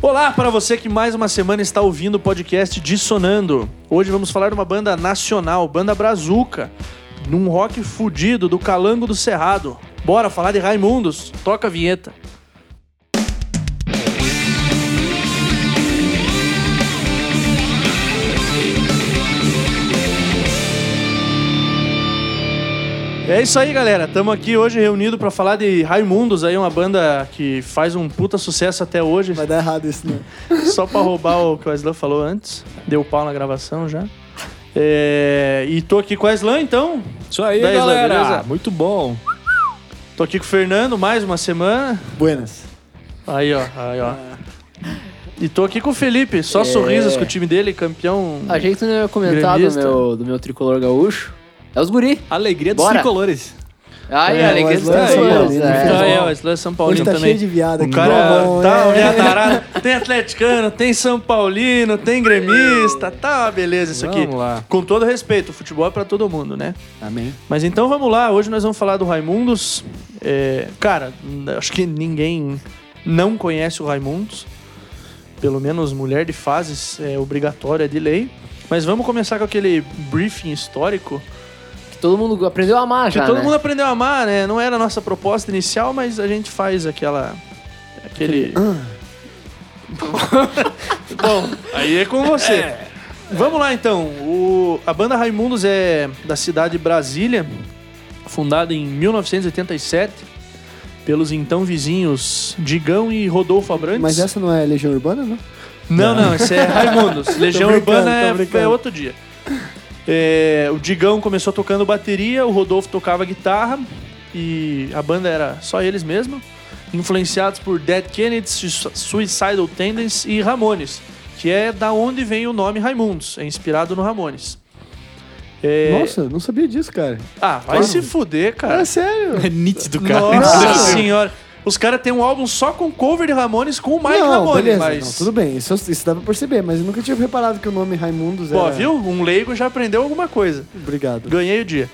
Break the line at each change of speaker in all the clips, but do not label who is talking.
Olá para você que mais uma semana está ouvindo o podcast Dissonando. Hoje vamos falar de uma banda nacional, banda Brazuca, num rock fudido do Calango do Cerrado. Bora falar de Raimundos. Toca a vinheta. É isso aí, galera. Estamos aqui hoje reunidos para falar de Raimundos, aí uma banda que faz um puta sucesso até hoje.
Vai dar errado isso, né?
Só pra roubar o que o Aslan falou antes. Deu pau na gravação já. É, e tô aqui com o Aslan, então.
Isso aí,
Daí, Isla,
galera.
beleza?
Muito bom.
Tô aqui com o Fernando mais uma semana.
Buenas.
Aí, ó. Aí, ó. E tô aqui com o Felipe.
É.
Só sorrisos com o time dele, campeão.
Achei que tu não ia comentar do
Gremista.
meu, do meu tricolor gaúcho. É os guri.
Alegria dos
Bora.
tricolores.
Ai,
É,
a alegria
mas
dos
lá em São
tricolores.
Paulo,
é.
né?
Ah, é, o Aslan é São
Hoje
Paulino
tá
também.
cheio de piada
O
aqui.
cara
Bom, bom,
tá uma
é.
linha tarada. Tem atleticano, tem São Paulino, tem gremista. Tá uma beleza isso aqui.
Vamos lá.
Com todo respeito, o futebol é pra todo mundo, né?
Amém.
Mas então vamos lá, hoje nós vamos falar do Raimundos. É, cara, n- acho que ninguém não conhece o Raimundos. Pelo menos mulher de fases é obrigatória de lei. Mas vamos começar com aquele briefing histórico.
Que todo mundo aprendeu a amar
Que
já,
todo
né?
mundo aprendeu a amar, né? Não era a nossa proposta inicial, mas a gente faz aquela. Aquele. Bom, aí é com você. Vamos lá então. O- a banda Raimundos é da cidade de Brasília, fundada em 1987 pelos então vizinhos Digão e Rodolfo Abrantes.
Mas essa não é Legião Urbana, não?
Não, não, esse é Raimundos. Legião
Tô brincando,
Urbana é-
tô brincando.
é outro dia. É, o Digão começou tocando bateria, o Rodolfo tocava guitarra e a banda era só eles mesmo, influenciados por Dead Kennedys, Su- Suicidal Tendencies e Ramones, que é da onde vem o nome Raimundos, é inspirado no Ramones. É,
Nossa, eu não sabia disso, cara.
Ah, vai se fuder, cara.
É sério.
É nítido, cara.
Nossa senhora. Os caras têm um álbum só com cover de Ramones com o Mike
não,
Ramones,
beleza.
mas...
Não, tudo bem, isso, isso dá pra perceber, mas eu nunca tinha reparado que o nome Raimundos
Bom,
era...
viu? Um leigo já aprendeu alguma coisa.
Obrigado.
Ganhei o dia.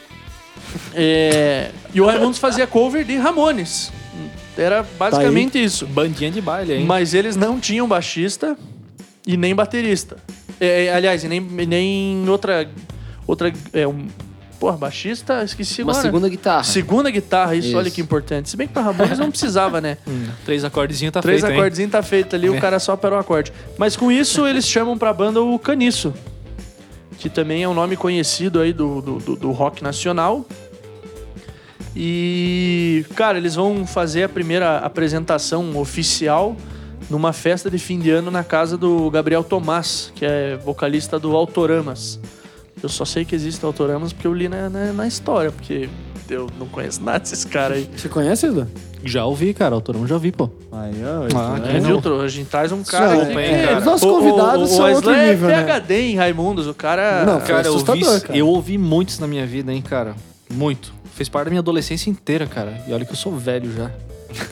É, E o Raimundos fazia cover de Ramones. Era basicamente isso.
Bandinha de baile, hein?
Mas eles não tinham baixista e nem baterista. É, é, aliás, e nem, e nem outra. outra é, um, porra, baixista? Esqueci
Uma
agora.
segunda guitarra.
Segunda guitarra, isso,
Isso. Hum.
olha que importante. Se bem que pra Ramones não precisava, né?
Três acordezinhos tá
Três
feito, hein? É.
acordezinhos tá feito ali, o cara só operou um acorde. Mas com isso, eles chamam pra banda o Caniço, que também é um nome conhecido aí do, do, do- do rock nacional. E, cara, eles vão fazer a primeira apresentação oficial numa festa de fim de ano na casa do Gabriel Tomás, que é vocalista do Autoramas. Eu só sei que existe Autoramas porque eu li na, na, na história, porque eu não conheço nada desses caras aí.
Você conhece, Edu?
Já ouvi, cara. Autorão já ouvi, pô.
Aí, ó.
Ah,
isso,
que
né?
É,
não. é,
viu, Tro? A gente traz um cara
Desculpa,
aqui.
hein, cara.
Os nossos convidados
o, o,
são
o
outro
Wesley
nível,
é
né?
PHD em Raimundos, o cara...
Não, Foi
Cara, eu ouvi,
assustador, cara.
eu ouvi muitos na minha vida, hein, cara. Muito. Fez parte da minha adolescência inteira, cara. E olha que eu sou velho já.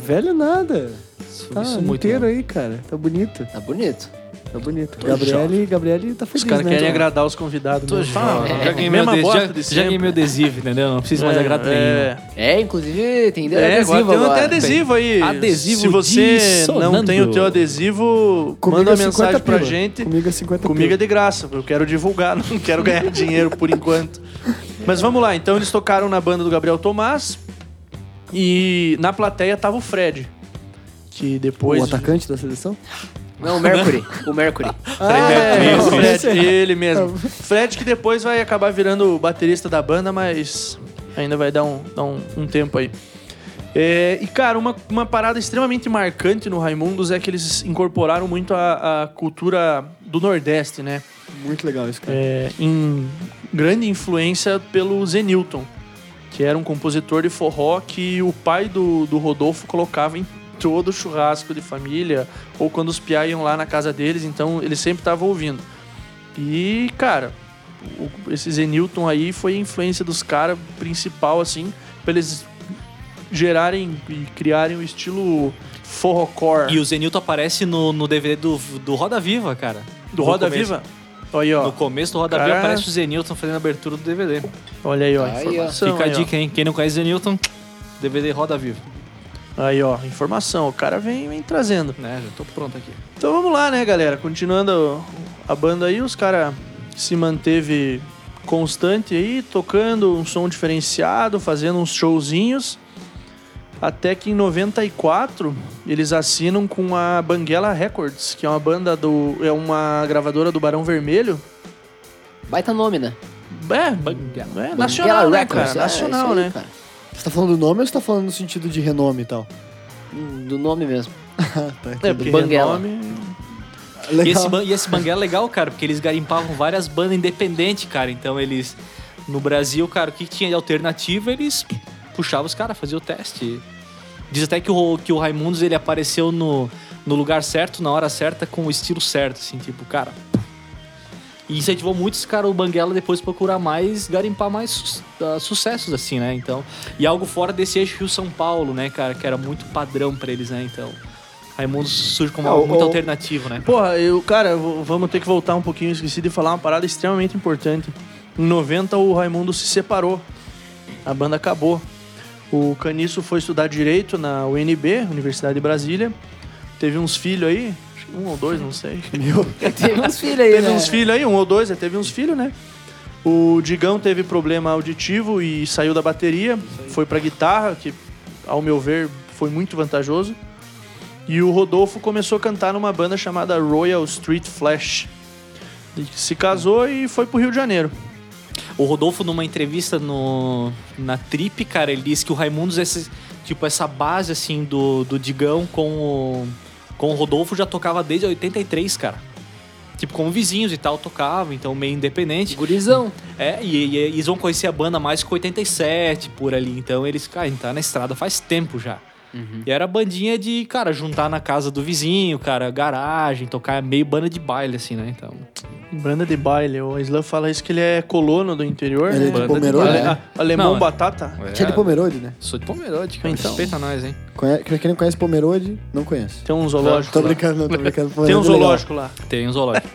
Velho nada.
Isso,
Tá
isso muito.
inteiro
né?
aí, cara. Tá bonito.
Tá bonito.
Tá bonito. Gabriele, Gabriele tá feliz,
Os caras
né?
querem agradar os convidados.
Tô
mesmo.
já,
Fala,
já ganhei meu
mesma
adesivo,
bosta
já,
de
já ganhei
sempre.
meu adesivo, entendeu? Não preciso mais
É,
agradar
é.
É, inclusive tem
É,
adesivo
agora tem
agora.
até adesivo aí.
Adesivo
Se você não
dissonando.
tem o teu adesivo,
Comigo
manda
é
uma
50
mensagem pra
pila.
gente.
Comigo é 50
Comigo é
pila.
de graça, eu quero divulgar, não quero ganhar dinheiro por enquanto. Mas vamos lá, então eles tocaram na banda do Gabriel Tomás e na plateia tava o Fred, que depois...
O atacante da seleção?
Não, o Mercury. o Mercury.
Ah,
É, o
não,
Fred,
esse é-
ele mesmo. Fred que depois vai acabar virando o baterista da banda, mas ainda vai dar um, dar um, um tempo aí. É, e, cara, uma, uma parada extremamente marcante no Raimundos é que eles incorporaram muito a, a cultura do Nordeste, né?
Muito legal isso, cara.
É, em grande influência pelo Zenilton, que era um compositor de forró que o pai do, do Rodolfo colocava em todo churrasco de família, ou quando os piá iam lá na casa deles, então ele sempre estava ouvindo. E, cara, o- esse Zenilton aí foi a influência dos caras principal, assim, pra eles gerarem e criarem o estilo forrocore
E o Zenilton aparece no, no DVD do, do Roda Viva, cara.
do
No
Roda
começo.
Viva. Olha aí, ó.
No começo do Roda
Cara-
Viva aparece o Zenilton fazendo a abertura do DVD.
Olha aí, ó. a
Aí, ó.
informação
Fica a
aí, ó.
dica, hein? Quem não conhece Zenilton, DVD Roda Viva.
Aí, ó, informação. O cara vem, vem trazendo.
Né, já tô pronto aqui.
Então vamos lá, né, galera? Continuando a banda aí, os caras se manteve constante aí, tocando um som diferenciado, fazendo uns showzinhos. Até que em 94 eles assinam com a Banguela Records, que é uma banda do. é uma gravadora do Barão Vermelho.
Baita nome, né?
É, Banguela. é nacional, né, cara?
Records, é,
Nacional,
isso aí,
né?
cara.
Você tá falando do nome ou você tá falando no sentido de renome e tal?
Hum, Do nome mesmo.
Ah, tá,
É,
entendi.
porque
Banguela.
renome-
Legal.
E esse, ban- e esse banguela é legal, cara, porque eles garimpavam várias bandas independentes, cara. Então eles. No Brasil, cara, o que tinha de alternativa, eles puxavam os caras, faziam o teste. Diz até que o, que o Raimundos ele apareceu no, no lugar certo, na hora certa, com o estilo certo, assim, tipo, cara. E incentivou muito esse cara, o Banguela, depois procurar mais, garimpar mais su- ah, sucessos, assim, né? Então. E algo fora desse eixo Rio-São Paulo, né, cara, que era muito padrão pra eles, né? Então. Raimundos surge como
Ah,
algo
o-
muito
o-
alternativo, né?
Porra, eu, cara, v- vamos ter que voltar um pouquinho, esqueci de falar uma parada extremamente importante. Em 90 o Raimundo se separou. A banda acabou. O Caniço foi estudar direito na UNB, Universidade de Brasília. Teve uns filhos aí, acho que um ou dois, não sei.
Teve uns filhos aí,
teve
né?
uns filhos aí, um ou dois, é, teve uns filhos, né? O Digão teve problema auditivo e saiu da bateria, foi pra guitarra, que ao meu ver foi muito vantajoso. E o Rodolfo começou a cantar numa banda chamada Royal Street Flash. E se casou e foi pro Rio de Janeiro.
O Rodolfo, numa entrevista no, na Trip, cara, ele disse que o Raimundos, esse, tipo, essa base, assim, do, do Digão com o, com o Rodolfo já tocava desde 83, cara. Tipo, como vizinhos e tal, tocava, então meio independente.
Gurizão.
É, e, e- e eles vão conhecer a banda mais com 87, por ali. Então eles, cara, a gente tá na estrada faz tempo já. E era bandinha de, cara, juntar na casa do vizinho, cara, garagem, tocar meio banda de baile, assim, né? Então.
Banda de baile. O Islã fala isso que ele é colono do interior.
Ele é de
né?
Pomerode,
Ale-
né?
a- Alemão
Não, é-
Batata.
Tinha de Pomerode, né?
Sou de Pomerode, cara.
Então.
Respeita nós, hein?
Conhe... Quem não conhece Pomerode, não conhece.
Tem um zoológico
Tô
lá.
brincando, não, tô
Tem
brincando.
um
Pomerode é legal.
zoológico lá.
Tem um zoológico.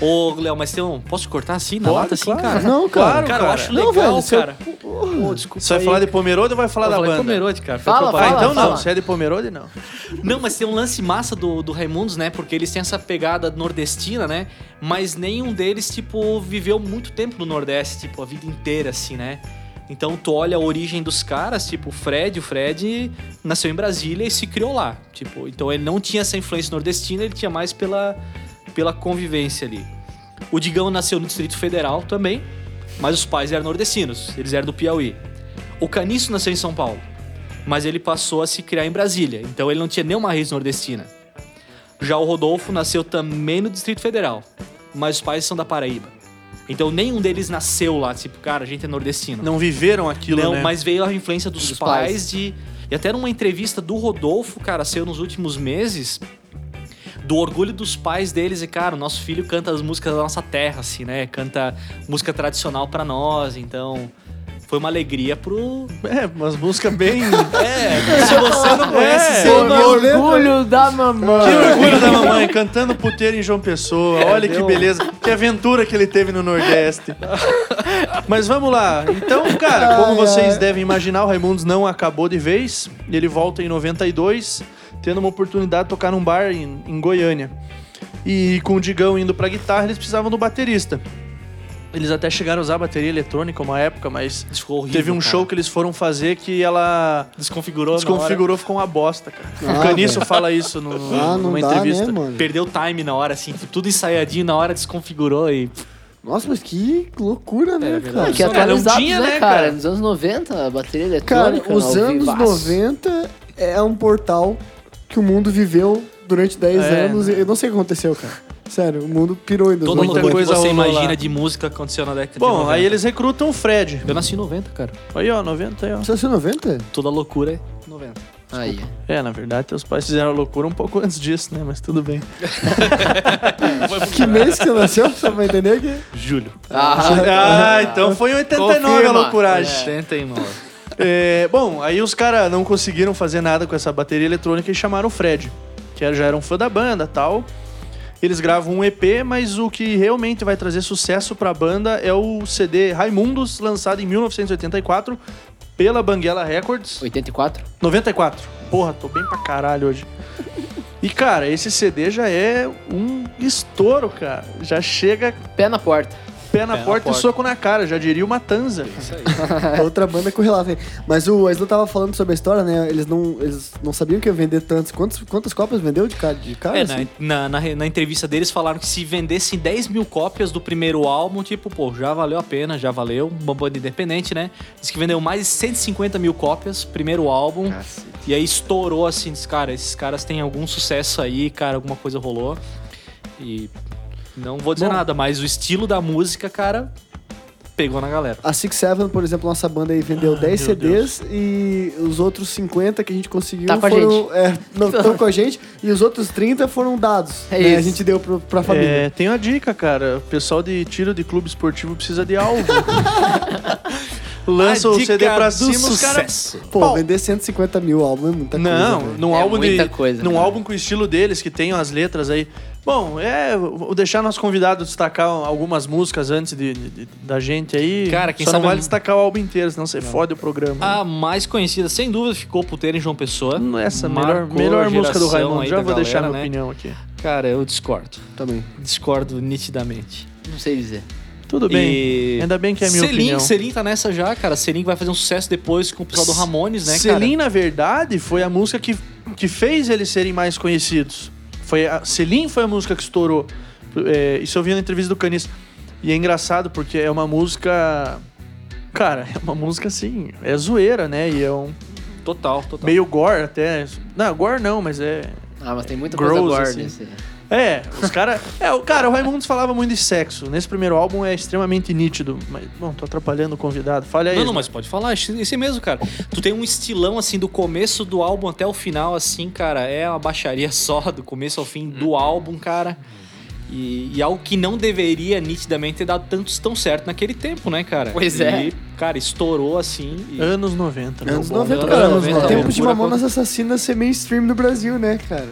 Ô, Léo, mas tem um. Posso cortar assim? Na
Pode,
lata assim,
claro.
cara?
Não,
Claro,
cara.
Cara, eu
cara.
acho
Não,
legal,
velho, se eu-
cara. Ô, desculpa.
Você vai
aí.
falar de Pomerode ou vai falar
Eu
da
falei
banda?
Pomerode, cara. Foi
Fala,
propaganda.
Ah, então
fala.
não. Se é de Pomerode, não.
Não, mas tem um lance massa do, do Raimundos, né? Porque eles têm essa pegada nordestina, né? Mas nenhum deles, tipo, viveu muito tempo no Nordeste, tipo, a vida inteira, assim, né? Então tu olha a origem dos caras, tipo, o Fred, o Fred nasceu em Brasília e se criou lá. Tipo, então ele não tinha essa influência nordestina, ele tinha mais pela, pela convivência ali. O Digão nasceu no Distrito Federal também, mas os pais eram nordestinos, eles eram do Piauí. O Caniço nasceu em São Paulo, mas ele passou a se criar em Brasília, então ele não tinha nenhuma raiz nordestina. Já o Rodolfo nasceu também no Distrito Federal, mas os pais são da Paraíba. Então nenhum deles nasceu lá, tipo, cara, a gente é nordestino.
Não viveram aquilo,
Não,
né?
mas veio a influência dos,
Dos
pais,
pais.
de. E até numa entrevista do Rodolfo, cara, saiu nos últimos meses. Do orgulho dos pais deles, e cara, o nosso filho canta as músicas da nossa terra, assim, né? Canta música tradicional pra nós, então foi uma alegria pro.
É, umas músicas bem.
É, se você não conhece,
É.
você
Por
não-
um orgulho da
Que
mamãe.
orgulho da mamãe, cantando puteiro em João Pessoa. Olha que beleza, que aventura que ele teve no Nordeste. Mas vamos lá. Então, cara, como vocês devem imaginar, o Raimundos não acabou de vez. Ele volta em 92, tendo uma oportunidade de tocar num bar em, em Goiânia. E com o Digão indo pra guitarra, eles precisavam do baterista. Eles até chegaram a usar bateria eletrônica uma época, mas
Ficou horrível,
teve um
cara.
show que eles foram fazer que ela
desconfigurou, na hora.
Desconfigurou, ficou uma bosta, cara. o
Ah,
Caniço
velho.
fala isso no,
Ah, não
numa
dá,
entrevista.
né, mano?
Perdeu o time na hora, assim, tudo ensaiadinho na hora, desconfigurou e.
Nossa, mas que loucura,
É
né, cara?
Que
Cara, não
atualizado,
tinha, né,
né,
cara?
cara? Nos anos 90, a bateria eletrônica.
né,
Cara, os
ao
anos
vivaço.
90 é um portal que o mundo viveu durante 10
É,
anos.
né? tá
e Eu não sei o que aconteceu, cara. Sério, o mundo pirou em
Toda
2090.
loucura que
coisa
você
rolou
imagina
lá.
de música aconteceu na década de
Bom,
90.
aí eles recrutam o Fred.
Eu nasci em 90, cara.
Aí, ó, um. 90 aí, ó.
Você nasceu em 90?
Toda loucura é 90.
Aí.
É, na verdade, teus pais fizeram a loucura um pouco antes disso, né? Mas tudo bem.
Que mês que você nasceu? Só pra entender que...
Julho.
Ah,
tá.
então foi em 89 a
Confirma.
loucuragem.
89.
É, bom, aí os caras não conseguiram fazer nada com essa bateria eletrônica e chamaram o Fred, que era- já era um fã da banda tal. Eles gravam um EP, mas o que realmente vai trazer sucesso pra banda é o CD Raimundos, lançado em 1984 pela Banguela Records.
84?
94. Porra, tô bem pra caralho hoje. E, cara, esse CD já é um estouro, cara. Já chega
Pé na porta.
pé na,
Pé na
porta, e
porta.
soco na cara. Já diria uma tanza.
A outra banda correlava. Mas o Aislan tava falando sobre a história, né? Eles não, eles não sabiam que ia vender tantos. Quantos, quantas cópias vendeu de cara? De cara
É,
assim?
na, na, na- na entrevista deles falaram que se vendessem 10 mil cópias do primeiro álbum, tipo, pô, já valeu a pena, já valeu. Uma banda independente, né? Diz que vendeu mais de 150 mil cópias, primeiro álbum. E aí estourou assim, disse, cara, esses caras têm algum sucesso aí, cara, alguma coisa rolou. E não vou dizer
Bom.
nada, mas o estilo da música, cara, pegou na galera.
A Six Seven, por exemplo, nossa banda aí vendeu 10
meu
CDs e os outros 50 que a gente conseguiu
Tá com a
foram. é, não, estão com a gente. E os outros 30 foram dados.
É
né?
isso.
A gente deu pro, pra família.
É, tem uma dica, cara. O pessoal de tiro de clube esportivo precisa de alvo. Lança
A
o
dica
CD pra
do
cima, os caras
sucesso.
Pô,
pau.
vender 150 mil álbum é muita coisa.
Não,
velho.
num
É
álbum
muita
de,
coisa,
num
né?
álbum com o estilo deles, que tem as letras aí. Bom, é, vou deixar nosso convidado destacar algumas músicas antes de, de- de- da gente aí.
Cara, quem
Só
sabe- um- Ah,
não vale destacar o álbum inteiro, senão você fode o programa.
A mais conhecida, sem dúvida, ficou Puteira em João Pessoa.
é Essa melhor,
Marcou a
melhor música do
geração
Raimundo.
aí
Já
da
vou deixar
galera,
minha
né?
opinião aqui.
Cara, eu discordo.
Também.
Discordo nitidamente.
Não sei dizer.
Tudo bem.
E...
Ainda bem que é a minha
Selim,
opinião.
Selim tá nessa já, cara. Selim vai fazer um sucesso depois com o pessoal do Ramones, né, cara?
Selim, na verdade, foi a música que, que fez eles serem mais conhecidos. Foi a, Selim foi a música que estourou. É, isso eu vi na entrevista do Canis. E é engraçado porque é uma música. Cara, é uma música assim. É zoeira, né? E é um.
Total, total.
Meio gore até. Não, gore não, mas é.
Ah, mas tem muita
Gross,
coisa
assim.
gorda. Assim.
É, os caras. É, o cara, o Raimundos falava muito de sexo. Nesse primeiro álbum é extremamente nítido. Mas, bom, tô atrapalhando o convidado. Fale aí.
Não, não, mas pode falar, esse esse mesmo, cara. Tu tem um estilão, assim, do começo do álbum até o final, assim, cara. É uma baixaria só, do começo ao fim do álbum, cara. E, e algo que não deveria nitidamente ter dado tanto tão certo naquele tempo, né, cara?
Pois é.
E, cara, estourou assim. e-
Anos né? 90. meu
Anos
bom.
90,
anos
cara. Anos
90,
90, tempo de
loucura
Mamonas Assassinas ser mainstream no Brasil, né, cara?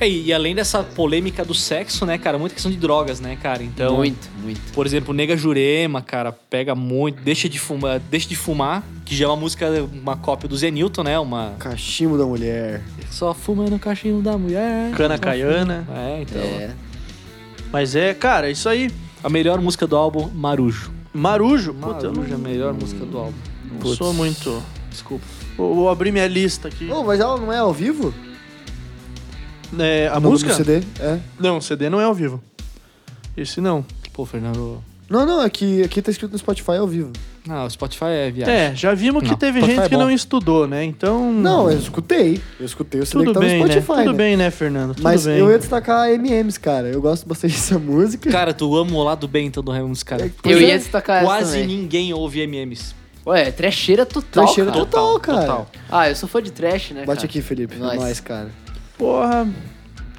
É, e além dessa polêmica do sexo, né, cara? Muita questão de drogas, né, cara? Então.
Muito, muito.
Por exemplo, Nega Jurema, cara, pega muito, deixa de fumar, deixa de fumar, que já é uma música, uma cópia do Zenilton, né? Uma
Cachimbo da mulher.
só fuma no cachimbo da mulher.
Cana Caiana.
É, então.
É.
Mas é, cara, isso aí.
A melhor música do álbum, Marujo.
Marujo? Puta, eu não,
né?
Marujo é a melhor música do álbum.
não
Putz,
sou muito.
Desculpa.
Vou, vou abrir minha lista aqui.
Ô, mas ela não é ao vivo?
É, a
Não,
música?
No CD? É.
Não, CD não é ao vivo. Esse não.
Pô, Fernando.
Não, não, aqui, aqui tá escrito no Spotify ao vivo.
Não, o Spotify é viagem.
É, já vimos que
Não,
teve
Spotify
gente
é
que
bom.
não estudou, né? Então.
Não, eu escutei. Eu escutei o CD
tudo
que tá
bem,
no
né?
Spotify.
Tudo
né?
bem, né, Fernando? Tudo
Mas
bem.
eu ia destacar a MMs, cara. Eu gosto bastante dessa música.
Cara, tu ama o lado bem então do Raimundos, cara.
Pois
eu
é,
ia destacar essa
Quase
também.
ninguém ouve MMs.
Ué, trecheira total,
Trecheira
cara.
total, cara.
total.
Ah, eu sou fã de trash, né,
Bate
cara?
aqui, Felipe.
Nós.
É nóis, cara.
Porra.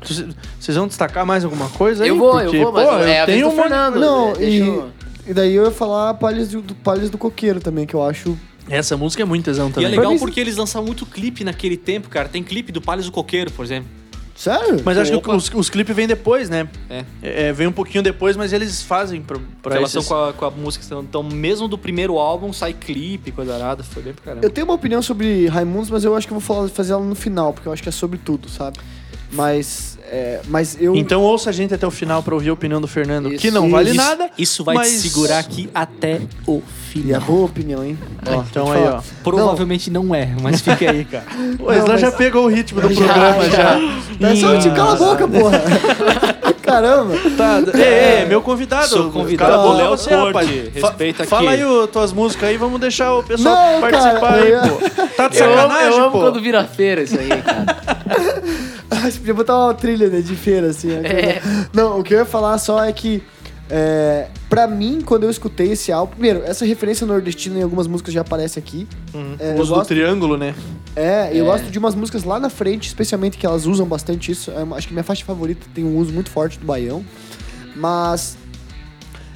Vocês- Vocês vão destacar mais alguma coisa aí?
Eu vou,
Porque,
eu vou, mas
pô,
é
eu
a vez
tenho
do
uma...
Fernando.
Não,
é,
e,
deixa eu-
e daí eu ia falar Palhas do, do, Palhas do Coqueiro também, que eu acho.
Essa música é muito tesão
E é
também.
Pra mim,
legal
se-
porque eles lançaram muito clipe naquele tempo, cara. Tem clipe do Palhas do Coqueiro, por exemplo.
Sério?
Mas acho que
Opa.
os, os clipes vêm depois, né?
É.
É, vem um pouquinho depois, mas eles fazem pra, pra
relação
esses-
com, a, com a música. Então, então, mesmo do primeiro álbum, sai clipe, coisa arada. Foi bem pra caramba.
Eu tenho uma opinião sobre Raimundos, mas eu acho que eu vou falar- fazer ela no final, porque eu acho que é sobre tudo, sabe? Mas. é, mas eu.
Então ouça a gente até o final pra ouvir a opinião do Fernando,
Isso.
que não vale
Isso-
nada.
Isso vai
mas-
te segurar aqui até o
E a
final.
boa opinião, hein? Ó,
então
vou te
aí,
falar.
ó.
Provavelmente não. é, mas fica aí, cara.
O Eslan
mas-
já pegou o ritmo do programa já.
Tá só te cala a boca, porra. Caramba.
Tá, é, é, meu convidado.
Sou convidado,
Cala a boca,
Léo
você,
Corte,
rapaz. Fa-
respeita aqui.
Fala aí as tuas músicas aí, vamos deixar o pessoal
Não,
participar
cara,
aí,
eu ia-
pô. Tá de
Eu amo, eu
sacanagem,
amo
pô.
quando vira feira isso aí, cara.
Ah, Você podia botar uma trilha né, de feira, assim. né?
É.
Não, o que eu ia falar só é que. É, pra mim, quando eu escutei esse álbum. Primeiro, essa referência nordestina em algumas músicas já aparece aqui. É, eu
Uso Hum, do
gosto-
triângulo, né?
É, eu gosto de umas músicas lá na frente, especialmente que elas usam bastante isso. É uma- acho que minha faixa favorita tem um uso muito forte do baião. Mas.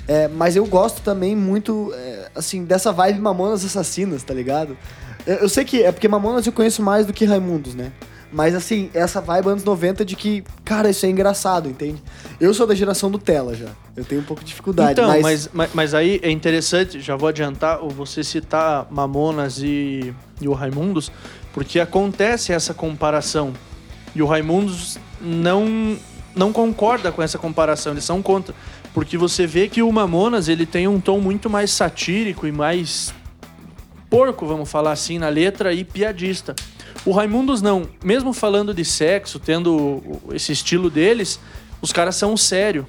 é, mas eu gosto também muito, é, assim, dessa vibe Mamonas Assassinas, tá ligado? Eu, eu sei que é porque Mamonas eu conheço mais do que Raimundos, né? Mas assim, essa vibe anos 90 de que, cara, isso é engraçado, entende? Eu sou da geração do Tela já. Eu tenho um pouco de dificuldade,
Então,
mas,
mas... Mas, mas aí é interessante, já vou adiantar, ou você citar Mamonas e, e o Raimundos, porque acontece essa comparação. E o Raimundos não, não concorda com essa comparação, eles são contra. Porque você vê que o Mamonas ele tem um tom muito mais satírico e mais porco, vamos falar assim, na letra e piadista. O Raimundos não, mesmo falando de sexo, tendo o- o- esse estilo deles, os caras são sério.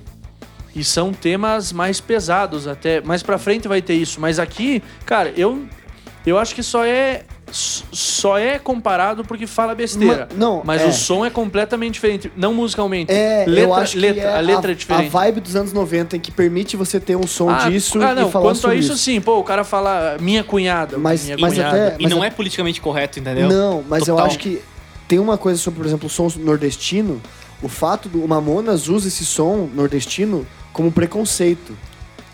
E são temas mais pesados até. Mais pra frente vai ter isso. Mas aqui, cara, eu, eu acho que só é. s- Só é comparado porque fala besteira.
Ma- não,
mas
é.
o som é completamente diferente. Não musicalmente.
é,
letra,
eu acho
letra,
que é
a letra é diferente.
a vibe dos anos 90 em que permite você ter um som disso
ah, não,
e falar
quanto
sobre
a isso,
isso.
sim, pô, o cara fala minha cunhada.
Mas-
minha
mas
cunhada.
até-
E
Mas
não
a-
é politicamente correto, entendeu?
Não, mas eu
Total.
acho que tem uma coisa sobre, por exemplo, o som nordestino. O fato do o Mamonas usa esse som nordestino como preconceito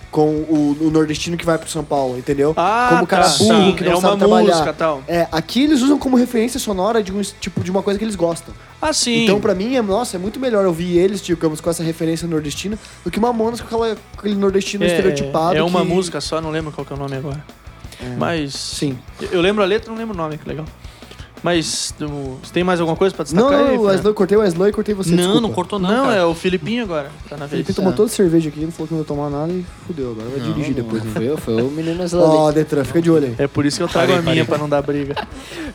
com o, o nordestino que vai pro São Paulo, entendeu?
Ah,
como o cara
tá,
burro
sim,
que não
é uma
sabe trabalhar.
música tal.
É, aqui eles usam como referência sonora de um es- tipo de uma coisa que eles gostam.
Ah, sim.
Então, pra mim, é, nossa, é muito melhor ouvir eles, digamos, com essa referência nordestina, do que Mamonas com, aquela- com aquele nordestino estereotipado.
É uma
que- É.
música só, não lembro qual que é o nome agora. Mas.
Sim.
Eu lembro a letra, não lembro o nome, que legal. Mas do- tem mais alguma coisa tá pra
Não,
destacar
não,
aí?
o
Fernando?
Aslan, eu cortei o Aslan e cortei você.
não,
desculpa.
não cortou não,
não,
cara.
é o Filipinho agora. Tá na
Ele
vez.
tomou toda a cerveja aqui, não falou que não ia tomar nada e fudeu. Agora vai dirigir depois. né?
Foi, eu, foi o menino
Ó,
lá
Detran, fica de olho aí.
É por isso que eu trago
Parei,
a minha
parei.
pra não dar briga.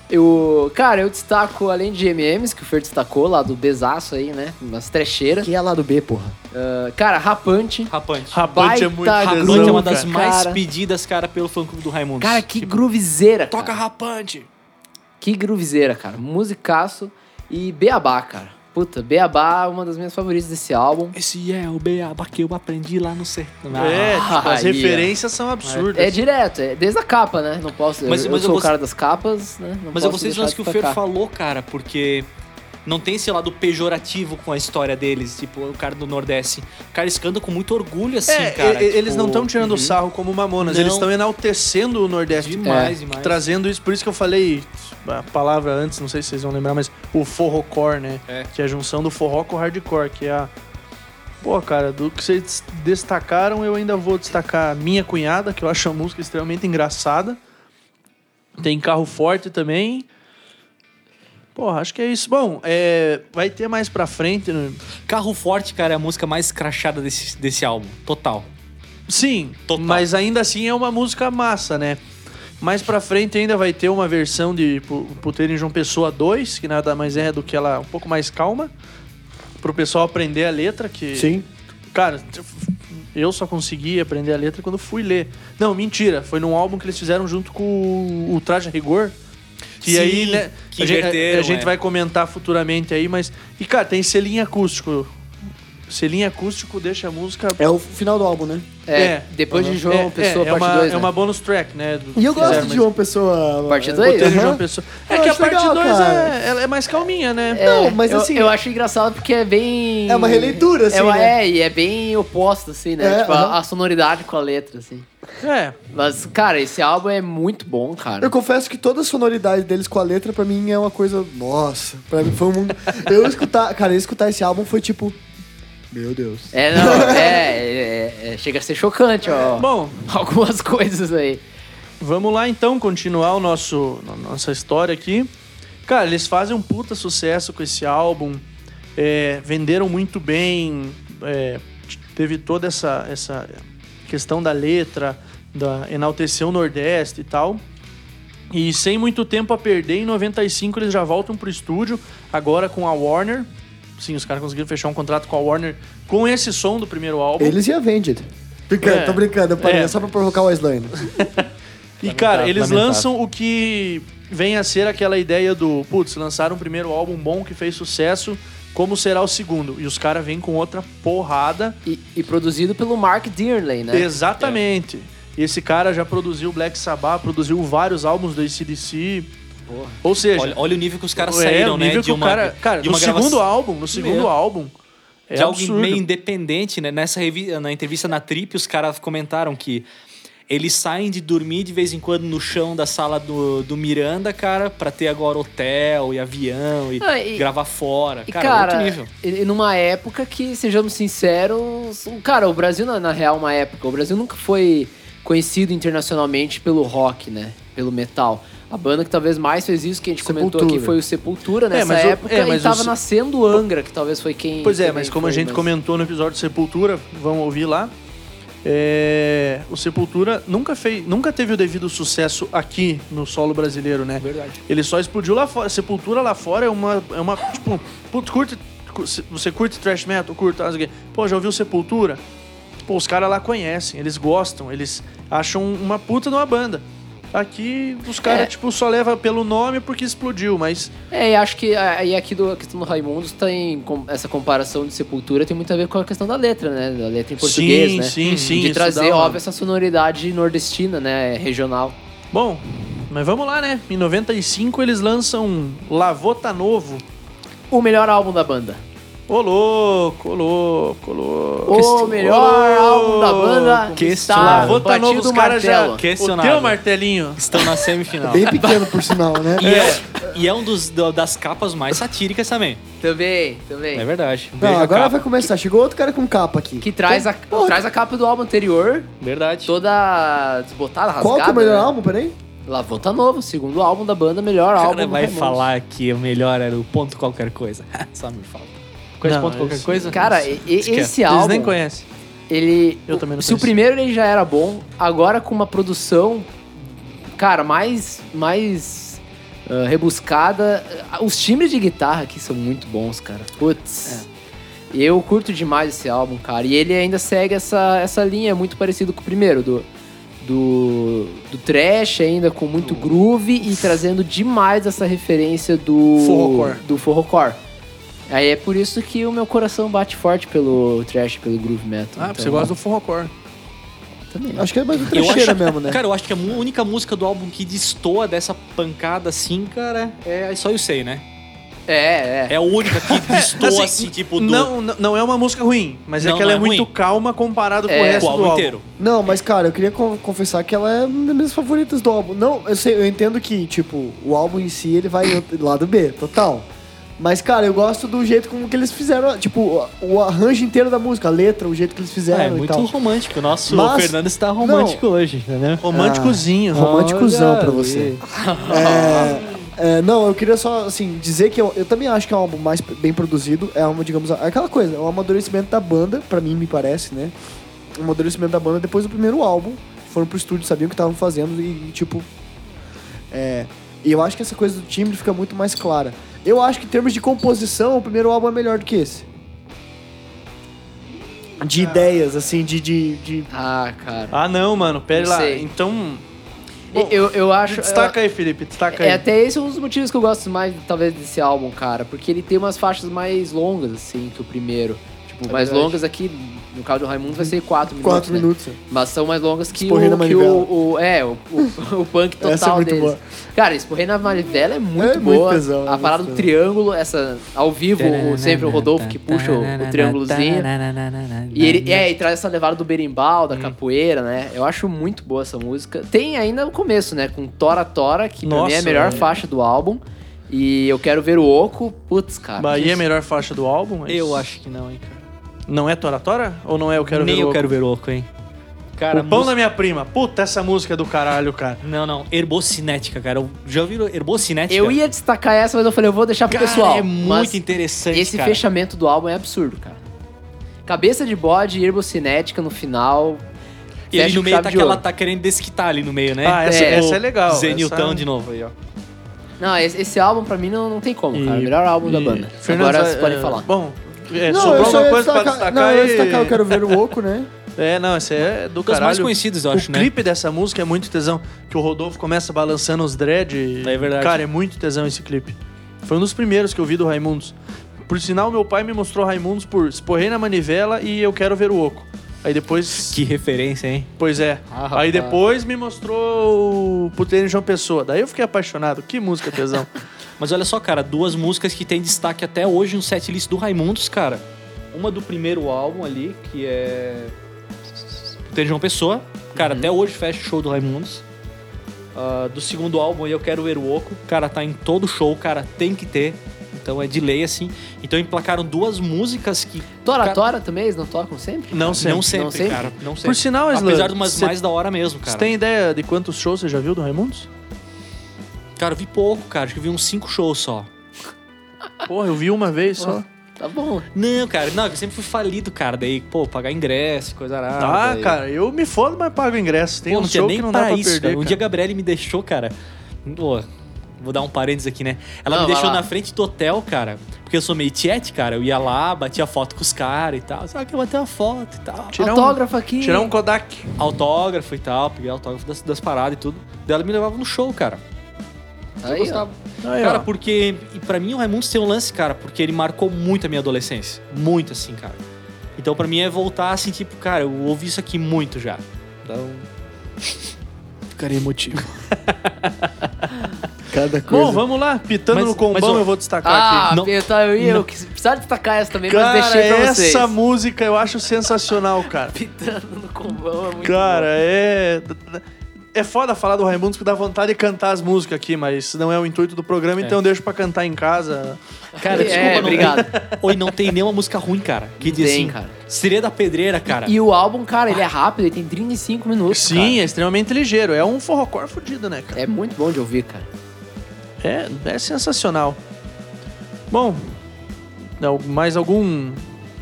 Eu, cara, eu destaco, além de MMs, que o Fer destacou lá do besaço aí, né? Umas trecheiras.
Que é lá do B, porra.
Ah, cara, Rapante.
Rapante.
Rapante
Baita
é muito
grupo.
tesão,
Rapante é uma das
cara.
mais
Cara.
pedidas, cara, pelo fã clube do Raimundo.
Cara, que groovezeira. cara.
tipo, Toca rapante!
Que groovezeira, cara. Musicaço e Beabá, cara. Puta, Beabá é uma das minhas favoritas desse álbum.
Esse é o beaba que eu aprendi lá no sertão.
É, tipo, as
Aí, ó.
referências são absurdas. assim.
É direto, é desde a capa, né? Não posso.
Mas-
eu,
mas
eu
eu
sou o
gost-
cara das capas, né? Não
Mas eu
posso
gostei do
deixar de
lance que o Fer
tocar.
falou, cara, porque não tem esse lado pejorativo com a história deles, tipo, o cara do Nordeste. Cara, eles cantam com muito orgulho, assim,
É,
cara.
e- e- eles
tipo,
não estão tirando
uhum.
sarro como o Mamonas,
Não.
eles estão enaltecendo o Nordeste.
Demais, demais.
Trazendo isso, por isso que eu falei a palavra antes, não sei se vocês vão lembrar, mas o forrocore, né?
É.
Que é a junção do forró com o hardcore, que é a. Pô, cara, do que vocês destacaram, eu ainda vou destacar Minha Cunhada, que eu acho a música extremamente engraçada. Tem Carro Forte também. Porra, acho que é isso. Bom, é, vai ter mais pra frente. né?
Carro Forte, cara, é a música mais crachada desse, desse álbum. Total.
Sim,
Total.
mas ainda assim é uma música massa, né? Mais pra frente ainda vai ter uma versão de Pu- Puteiro em João Pessoa 2, que nada mais é do que ela um pouco mais calma, pro pessoal aprender a letra, que...
Sim.
Cara, t- eu só consegui aprender a letra quando fui ler. Não, mentira, foi num álbum que eles fizeram junto com o Traje a Rigor, que
Sim,
aí, né,
que
a gente, a- a
inverteram,
gente
é.
vai comentar futuramente aí, mas... E, cara, tem selinho acústico. Selinho acústico deixa a música...
É o final do álbum, né?
É,
É.
depois de João Pessoa,
é
parte né?
uma,
2.
É uma bonus track, né? do-
E eu gosto
fizeram,
de
mas-
João Pessoa.
Parte
é, Botelho
dois?
Roteiro de
João
João
Pessoa.
Pessoa.
Eu
É que a
acho
parte
legal,
2
cara.
é, ela é mais calminha, né?
Não, mas
eu,
assim-
Eu acho engraçado porque é bem.
É uma releitura, assim,
É, uma-
né?
é, e é bem oposto, assim, né?
É,
tipo, a-
aham.
a, sonoridade com a letra, assim.
É.
Mas, cara, esse álbum é muito bom, cara.
Eu confesso que toda a sonoridade deles com a letra, pra mim, é uma coisa. Nossa, pra mim foi um mundo. Eu escutar. Cara, eu escutar esse álbum foi tipo. Meu Deus.
É, não, é, é, é, é, Chega a ser chocante, ó.
Bom,
Algumas coisas aí.
vamos lá então continuar o nosso no- nossa história aqui. Cara, eles fazem um puta sucesso com esse álbum. é, venderam muito bem. é, t- teve toda essa, essa questão da letra, da enaltecer o Nordeste e tal. E sem muito tempo a perder, em 95 eles já voltam pro estúdio, agora com a Warner. Sim, os caras conseguiram fechar um contrato com a Warner com esse som do primeiro álbum.
Eles e a Vended. Brincando,
É.
tô brincando, eu parei,
É.
é. só pra provocar o Aslan. ainda.
E, cara, eles
lamentável.
lançam o que vem a ser aquela ideia do, putz, lançaram o primeiro álbum bom que fez sucesso, como será o segundo? E os caras vêm com outra porrada.
E, e produzido pelo Mark Dearley, né?
Exatamente. Esse cara já produziu Black Sabbath, produziu vários álbuns do ACDC. Ou seja,
Olha, olha o nível que os caras
é,
saíram,
o
né?
nível
de
que o
uma,
cara, cara,
de
no
uma gravação-
segundo álbum, no segundo
Meu.
álbum, é
de alguém
absurdo.
meio independente, né? Nessa revi- na entrevista na Trip, os caras comentaram que Eles saem de dormir de vez em quando no chão da sala do, do Miranda, cara, pra ter agora hotel e avião e,
Ah, e-
gravar fora.
E,
Cara, é
cara,
outro nível.
e- e numa época que, sejamos sinceros, o- cara, o Brasil, na, na real, uma época, o Brasil nunca foi conhecido internacionalmente pelo rock, né? Pelo metal. A banda que talvez mais fez isso, que a gente comentou
Sepultura.
aqui, foi o Sepultura nessa
mas o-
época.
é, mas
e
o
tava
Se-
nascendo o Angra, que talvez foi quem.
Pois é,
também
mas como a
foi,
gente
mas-
comentou no episódio de Sepultura, vão ouvir lá. é, o Sepultura nunca, fez, nunca teve o devido sucesso aqui no solo brasileiro, né?
Verdade.
Ele só explodiu lá fora. Sepultura lá fora é uma. É uma tipo, putz, curte. cu- se- Você curte thrash metal, curta. não sei o quê. Pô, já ouviu Sepultura? Pô, os caras lá conhecem, eles gostam, eles acham uma puta de uma banda. Aqui os caras,
É.
tipo, só leva pelo nome porque explodiu, mas.
É, e acho que aí aqui do a questão do Raimundos tem com- essa comparação de Sepultura tem muito a ver com a questão da letra, né? Da letra em português,
sim,
né?
sim, sim.
de
isso
trazer,
dá uma-
óbvio, essa sonoridade nordestina, né? Regional.
Bom, mas vamos lá, né? Em 95 eles lançam um Lavota Novo.
O melhor álbum da banda.
Ô louco, ô louco, ô louco.
O melhor álbum da banda Tá, que está
Lavota Novo,
batido
os
o
caras já...
martelo.
O
Questionável.
teu martelinho.
Estão na semifinal.
Bem pequeno, por sinal, né?
Tá. E é, e é um dos, do- das capas mais satíricas também.
Também, também.
É verdade.
Não,
Veja a
agora
capa.
vai começar. Chegou outro cara com capa aqui.
Que traz a,
Porra,
traz a capa do álbum anterior,
Verdade.
toda desbotada, rasgada.
Qual que é o melhor
né?
álbum, peraí?
Lavota Novo, segundo álbum da banda, melhor
O
álbum.
cara
do
vai
Raimundos.
falar que o melhor era o ponto qualquer coisa. Só me fala. Conhece
Não,
ponto qualquer
esse-
coisa?
Cara, e- e-
Esquece.
esse
Eles
álbum.
nem conhecem.
ele
Eu também não
se
conhecia.
o primeiro ele já era bom agora com uma produção cara mais mais ah, rebuscada Ah, os timbres de guitarra aqui são muito bons cara putz
É.
eu curto demais esse álbum cara e ele ainda segue essa essa linha é muito parecido com o primeiro do do, do trash ainda com muito groove e trazendo demais essa referência do
Forrocore.
do forrocore Aí é por isso que o meu coração bate forte pelo trash, pelo groove metal. então
Ah, você gosta do forrocore.
Também.
Acho que é mais um
Eu
trecheira
acho-
mesmo, né?
Cara, eu acho que a mu- única música do álbum que destoa dessa pancada assim, cara, é só eu sei, né?
É, é.
É a única que destoa assim,
assim,
tipo do
Não, não- não é uma música ruim, mas é
Não,
que ela é,
não é
muito
ruim.
calma comparado com
É,
o
do
resto do
álbum
álbum.
inteiro.
Não, mas cara, eu queria con- confessar que ela é uma das minhas favoritas do álbum. Não, eu sei, eu entendo que, tipo, o álbum em si ele vai em outro- lado B, total. Mas, cara, eu gosto do jeito como que eles fizeram, tipo, o o arranjo inteiro da música, a letra, o jeito que eles
É,
fizeram
então.
e
muito
tal.
romântico. O nosso
Mas-
Fernando está romântico hoje, entendeu?
Ah.
Românticozinho.
Românticozão pra
Olha
você.
aí.
É, é, não, eu queria só, assim, dizer que eu, eu também acho que é um álbum mais bem produzido. É uma, digamos, é aquela coisa, é um amadurecimento da banda, pra mim, me parece, né? Um amadurecimento da banda depois do primeiro álbum. Foram pro estúdio, sabiam o que estavam fazendo e, e, tipo. É, e eu acho que essa coisa do timbre fica muito mais clara. Eu acho que, em termos de composição, o primeiro álbum é melhor do que esse. De ideias, assim, de. de, de-
Ah, cara.
Ah, não, mano, pera
Não
lá.
sei.
Então,
eu, eu acho.
destaca aí, Felipe, destaca aí.
É até esse é um dos motivos que eu gosto mais, talvez, desse álbum, cara. Porque ele tem umas faixas mais longas, assim, que o primeiro. Tipo, mais
verdade.
longas aqui, no caso do Raimundo, vai ser 4 minutos.
É Quatro
né?
minutos. né?
Mas são mais longas que,
Esporrei
o,
na
que o,
manivela.
o- É, o, o, o punk total
Essa é muito
deles.
boa.
Cara, Esporrei na Manivela é muito
É muito
boa.
tesão, é
a
muito
parada do
tesão.
triângulo, essa ao vivo, o- sempre o Rodolfo que puxa o, o triângulozinho. né? E
Né?
ele é, e traz essa levada do berimbau,
Hum.
da capoeira, né? Eu acho muito boa essa música. Tem ainda o começo, né? Com Tora Tora, que pra mim é a
Nossa,
melhor
é.
faixa do álbum. E eu quero ver o Oco. Putz, cara.
Bahia é a melhor faixa do álbum, mas...
Eu acho que não, hein, cara.
Não é Tora Tora? Ou não é Eu Quero
Nem
Ver
eu
Louco?
quero ver oco, hein. Cara,
O Pão
música-
da Minha Prima. Puta, essa música é do caralho, cara.
Não, não. Herbocinética, cara. Eu- Já ouviram herbocinética?
Eu ia destacar essa, mas eu falei, eu vou deixar pro
Cara,
pessoal.
é
Mas
muito interessante,
Esse
cara.
fechamento do álbum é absurdo, cara. Cabeça de bode e herbocinética no final.
E ali
Fecha
no
com
meio
chave
tá
de
que ela
ouro.
tá querendo desquitar ali no meio, né?
Ah, essa-
Tipo,
essa é legal,
Zenilton
essa-
de novo aí, ó.
Não, esse, esse álbum pra mim não, não tem como, cara.
E-
Melhor álbum da
e-
banda.
Fernando,
Agora
é-
vocês podem
é,
falar.
Bom, é,
não, eu
sobrou
só
uma
ia
coisa pra
destacar,
destacar
não, eu ia
e-
destacar, eu quero ver o Oco, né?
É, não, esse é do
Das
caralho.
mais conhecidas, eu acho,
o
né?
clipe dessa música é muito tesão, que o Rodolfo começa balançando os dread. e-
É verdade.
Cara, é muito tesão esse clipe. Foi um dos primeiros que eu vi do Raimundos. Por sinal, meu pai me mostrou Raimundos por Esporrei na Manivela e Eu Quero Ver o Oco. Aí depois...
Que referência, hein?
Pois é.
Ah, rapaz.
Aí depois me mostrou o Puteiro em João Pessoa. Daí eu fiquei apaixonado. Que música tesão.
Mas olha só, cara, duas músicas que tem destaque até hoje no setlist do Raimundos, cara. Uma do primeiro álbum ali, que é. Tem João Pessoa. Cara, até hoje fecha o show do Raimundos. Ah, do segundo álbum, Eu Quero Ver o Oco. Cara, tá em todo show, cara, tem que ter. Então é de lei, assim. Então emplacaram duas músicas que
Tora,
Cara-
tora também? Eles não tocam sempre?
Não sempre.
não sempre,
Não sempre?
cara. Não sempre.
Por sinal, Isla,
Apesar de umas
cê-
mais da hora mesmo,
Você
cara.
tem ideia de quantos shows você já viu do Raimundos?
Cara, eu vi pouco, cara. Acho que eu vi uns cinco shows só.
Porra, eu vi uma vez só.
Tá bom.
Não, cara. Não, eu sempre fui falido, cara. Daí, pô, pagar ingresso,
Ah,
coisa arada. daí-
cara, eu me fodo, mas pago ingresso. Tem
Pô,
um
não tinha
show
nem
que não dá
pra
pra
isso,
perder.
cara. Um
cara.
dia a Gabriele me deixou, cara. Pô, vou dar um parênteses aqui, né? Ela
Não,
me
vai
deixou
lá.
na frente do hotel, cara. Porque eu sou meio tiete, cara. Eu ia lá, batia foto com os caras e tal. Sabe que eu bater uma foto e tal.
Tirar um-
Autógrafo aqui.
Tirar um Kodak.
Autógrafo e tal. Peguei autógrafo das, das paradas e tudo. Daí ela me levava no show, cara.
Aí, ó.
Aí,
Cara,
ó.
porque. E pra mim o Raimundo tem um lance, cara, porque ele marcou muito a minha adolescência. Muito, assim, cara. Então pra mim é voltar assim, tipo, cara, eu ouvi isso aqui muito já. Então. Ficaria emotivo.
Cada
Bom, vamos lá. Pitando
Mas-
no combão,
mas, ó,
eu vou destacar
Ah,
aqui.
Não-
eu, tá, eu, ia- eu quis- precisava destacar essa também,
Cara, é
mas deixei pra vocês.
essa música eu acho sensacional, cara.
Pitando no combão é muito
Cara, é. É foda falar do Raimundos porque dá vontade de cantar as músicas aqui, mas não é o intuito do programa, então eu deixo pra cantar em casa.
Cara,
É,
desculpa, não.
obrigado.
Oi, não tem nenhuma música ruim, cara. Que
Não
diz
tem,
assim,
cara.
Seria da pedreira, cara.
E o álbum, cara, ele é rápido, ele tem 35 minutos.
Sim, é extremamente ligeiro. É um forrocore fudido, né,
cara.
cara?
É muito bom de ouvir, cara.
É, é sensacional. Bom, al- mais algum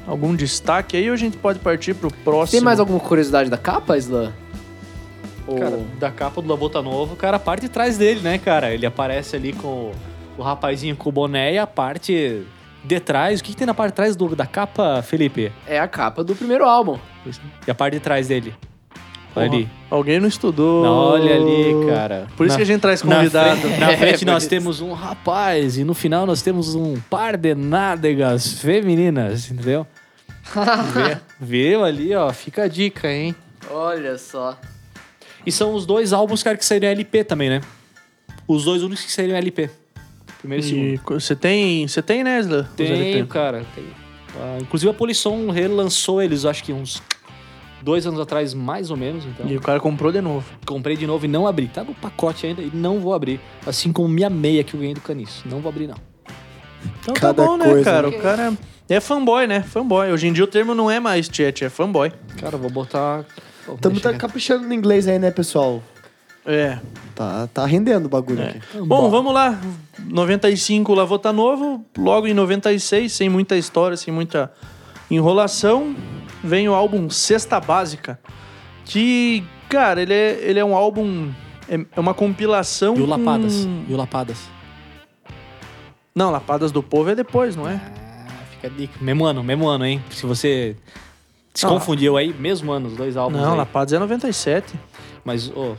algum destaque aí ou a gente pode partir pro próximo?
Tem mais alguma curiosidade da capa, Isla? Ou-
Cara, da capa do Labota Novo, cara, a parte de trás dele, né, cara? Ele aparece ali com o, o rapazinho com o boné e a parte de trás. O que, que tem na parte de trás do- da capa, Felipe?
É a capa do primeiro álbum.
E a parte de trás dele?
Porra,
Olha ali.
Alguém não estudou.
Não, olha ali, cara.
Por isso
Na-
que a gente traz
na
convidado.
frente- Na
É,
frente
por
nós
isso.
temos um rapaz e no final nós temos um par de nádegas femininas, entendeu? Vê- Viu ali, ó. Fica a dica, hein?
Olha só.
E são os dois álbuns, cara, que seriam LP também, né? Os dois únicos que seriam LP. Primeiro e segundo.
E Você tem, você tem, né, Isla? Os
Tem,
LP.
cara. Tem. Ah, inclusive a Polisson relançou eles, acho que uns dois anos atrás, mais ou menos. Então.
E o cara comprou de novo.
Comprei de novo e não abri. Tá no pacote ainda e não vou abrir. Assim como minha meia que eu ganhei do Caniço. Não vou abrir, não.
Então
Cada
tá bom, né,
coisa,
cara?
né?
O cara é fanboy, né? Fanboy. Hoje em dia o termo não é mais chat, é fanboy.
Cara, eu vou botar... Vou
Estamos
tá
deixar-
tá caprichando no inglês aí, né, pessoal?
É.
Tá, tá rendendo o bagulho aqui.
Bom, vamos lá. 95 Lavota tá Novo, logo em 96, sem muita história, sem muita enrolação, vem o álbum Cesta Básica, que, cara, ele é, ele é um álbum, é, é uma compilação
E o
com-
Lapadas. E o Lapadas.
Não, Lapadas do Povo é depois, não é?
Ah, fica a dica. Mesmo ano, mesmo ano, hein? Se você se
Não.
confundiu aí, mesmo ano, os dois álbuns
Não,
aí.
Lapadas é 97.
Mas, ô,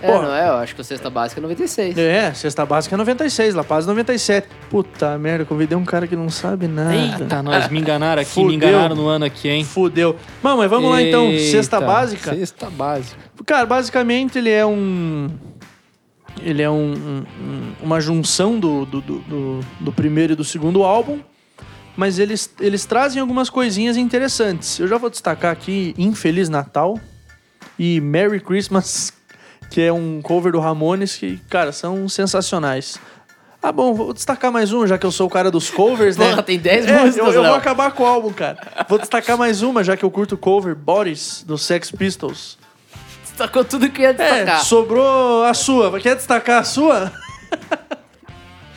É,
Porra.
não é? Eu acho que o Sexta Básica é 96.
É, Cesta Básica é 96, Lapadas é 97. Puta merda, convidei um cara que não sabe nada.
eita, nós me enganaram aqui, me
Fudeu.
enganaram no ano aqui, hein?
Fudeu. Bom, mas vamos lá então, Cesta
Eita,
Básica.
Cesta básica.
Cara, basicamente ele é um. Ele é um, um- um- uma junção do, do, do- do- do primeiro e do segundo álbum, mas eles, eles trazem algumas coisinhas interessantes. Eu já vou destacar aqui Infeliz Natal e Merry Christmas, que é um cover do Ramones, que, cara, são sensacionais. Ah, bom, vou destacar mais um, já que eu sou o cara dos covers, né?
Porra, tem 10
É,
músicas,
eu, eu vou
Léo.
acabar com o álbum, cara. Vou destacar mais uma, já que eu curto o cover, Boris, do Sex Pistols.
Destacou tudo que ia
É,
destacar.
sobrou a sua. Quer destacar a sua?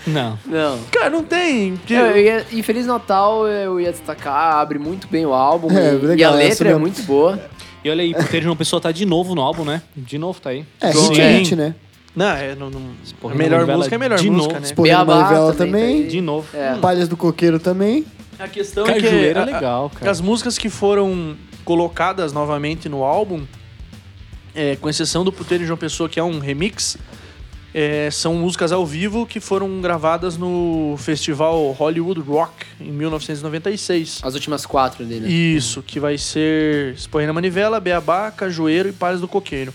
Não.
Não.
Cara, não tem. porque-
Eu, eu ia, É, e Feliz Natal eu ia destacar, abre muito bem o álbum.
É,
e,
legal,
e a
é isso
letra é
mesmo.
muito boa.
E olha aí, porque uma pessoa tá de novo no álbum, né? De novo tá aí.
É,
Sim.
hit é hit, né?
Não, é. Não, não-
porra,
a melhor
novela
música é a melhor
de
música,
novo.
né?
Pô,
Beabá
Manivela também.
tá aí.
De novo.
Hum.
É.
Palhas do Coqueiro também.
A questão é que.
Cajueiro é
a-
legal,
a-
cara.
as músicas que foram colocadas novamente no álbum, é, com exceção do Puteiro de João Pessoa, que é um remix, é, são músicas ao vivo que foram gravadas no festival Hollywood Rock em 1996.
Ah,
As últimas quatro dele.
Isso, que vai ser Espanha na Manivela, Beabá, Cajueiro e Pares do Coqueiro.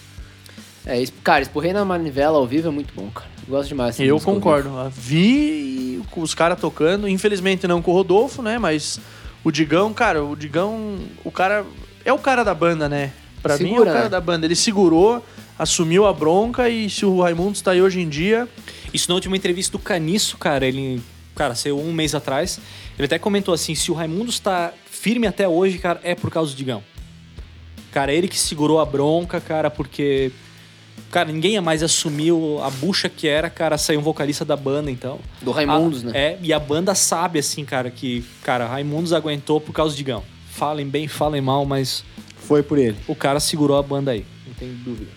É, es- cara, esporrei na manivela ao vivo é muito bom, cara. Eu gosto demais. dessa
Eu
música ao
concordo. Vi os caras tocando, infelizmente não com o Rodolfo, né? Mas o Digão, cara, o Digão, o cara é o cara da banda, né? Pra mim, é
Segura,
o cara
né?
da banda. Ele segurou, assumiu a bronca e se o Raimundo está aí hoje em dia,
Isso na última entrevista do Caniço, cara, ele. Cara, saiu um mês atrás. Ele até comentou assim: se o Raimundo está firme até hoje, cara, é por causa do Digão. Cara, é ele que segurou a bronca, cara, porque. Cara, ninguém mais assumiu a bucha que era, cara, saiu um vocalista da banda, então.
Do Raimundos,
A-
Ah,
né?
É, e a banda sabe, assim, cara, que, cara, Raimundos aguentou por causa do Digão. Falem bem, falem mal, mas
Foi por ele.
o cara segurou a banda aí,
é.
não tem dúvida.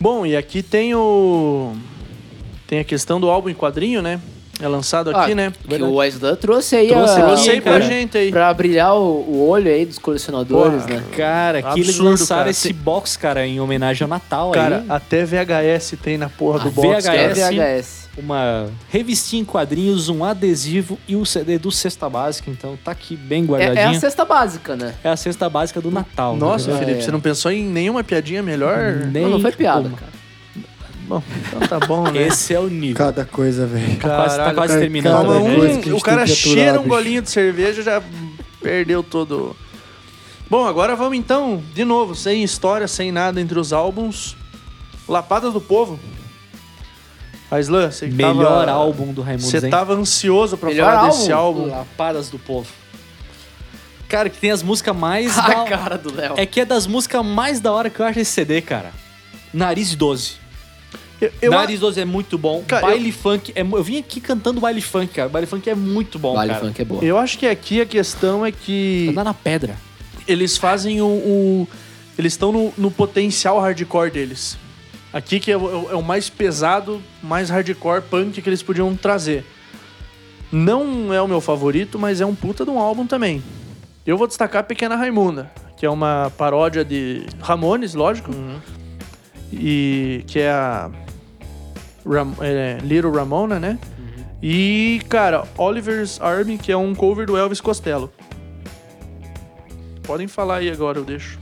Bom, e aqui tem o. Tem a questão do álbum em quadrinho, né? É lançado aqui,
Ah,
né?
Que o Wesley trouxe aí
Trouxe
a,
você aí pra
cara,
gente aí.
pra brilhar o, o olho aí dos colecionadores,
Porra,
né?
Cara, que eles
Absurdo,
lançaram
cara.
esse box, cara, em homenagem ao Natal
Cara,
aí.
até VHS tem na porra
A
do box.
VHS.
cara.
É VHS.
Uma revistinha em quadrinhos, um adesivo e o CD do Cesta Básica, então tá aqui bem
É,
guardadinho.
é a cesta básica, né?
É a cesta básica do Natal. né?
Nossa,
Ah,
Felipe,
é.
você não pensou em nenhuma piadinha melhor?
Nem
Não, não foi piada,
uma.
cara.
Bom, então tá bom, né?
Esse é o nível.
Cada coisa, velho.
tá quase, tá
caralho,
quase
cara,
terminando.
Toma
cada
né?
um,
coisa que a gente
o cara
tem que aturar,
cheira um
bicho.
golinho de cerveja já perdeu todo. Bom, agora vamos então, de novo, sem história, sem nada entre os álbuns. Lapada do Povo. Aislan, você que
Melhor
tava-
álbum do Raimundo
Você tá- tava ansioso pra
Melhor
falar
álbum?
desse álbum.
Lapadas do Povo. Cara, que tem as músicas mais. da-
A cara do Léo.
É que é das músicas mais da hora que eu acho esse CD, cara. Nariz 12.
Eu, eu-
Nariz 12 é muito bom.
Cara,
baile funk. É, mu- eu vim aqui cantando baile funk, cara. Baile funk é muito bom,
Vale,
cara.
funk é boa.
eu acho que aqui a questão é que
Andar na pedra.
eles fazem o. o- eles estão no, no potencial hardcore deles. Aqui que é o, é o mais pesado, mais hardcore punk que eles podiam trazer. Não é o meu favorito, mas é um puta de um álbum também. Eu vou destacar Pequena Raimunda, que é uma paródia de Ramones, lógico. E que é a Ram, é, Little Ramona, né? E, cara, Oliver's Army, que é um cover do Elvis Costello. Podem falar aí agora, eu deixo.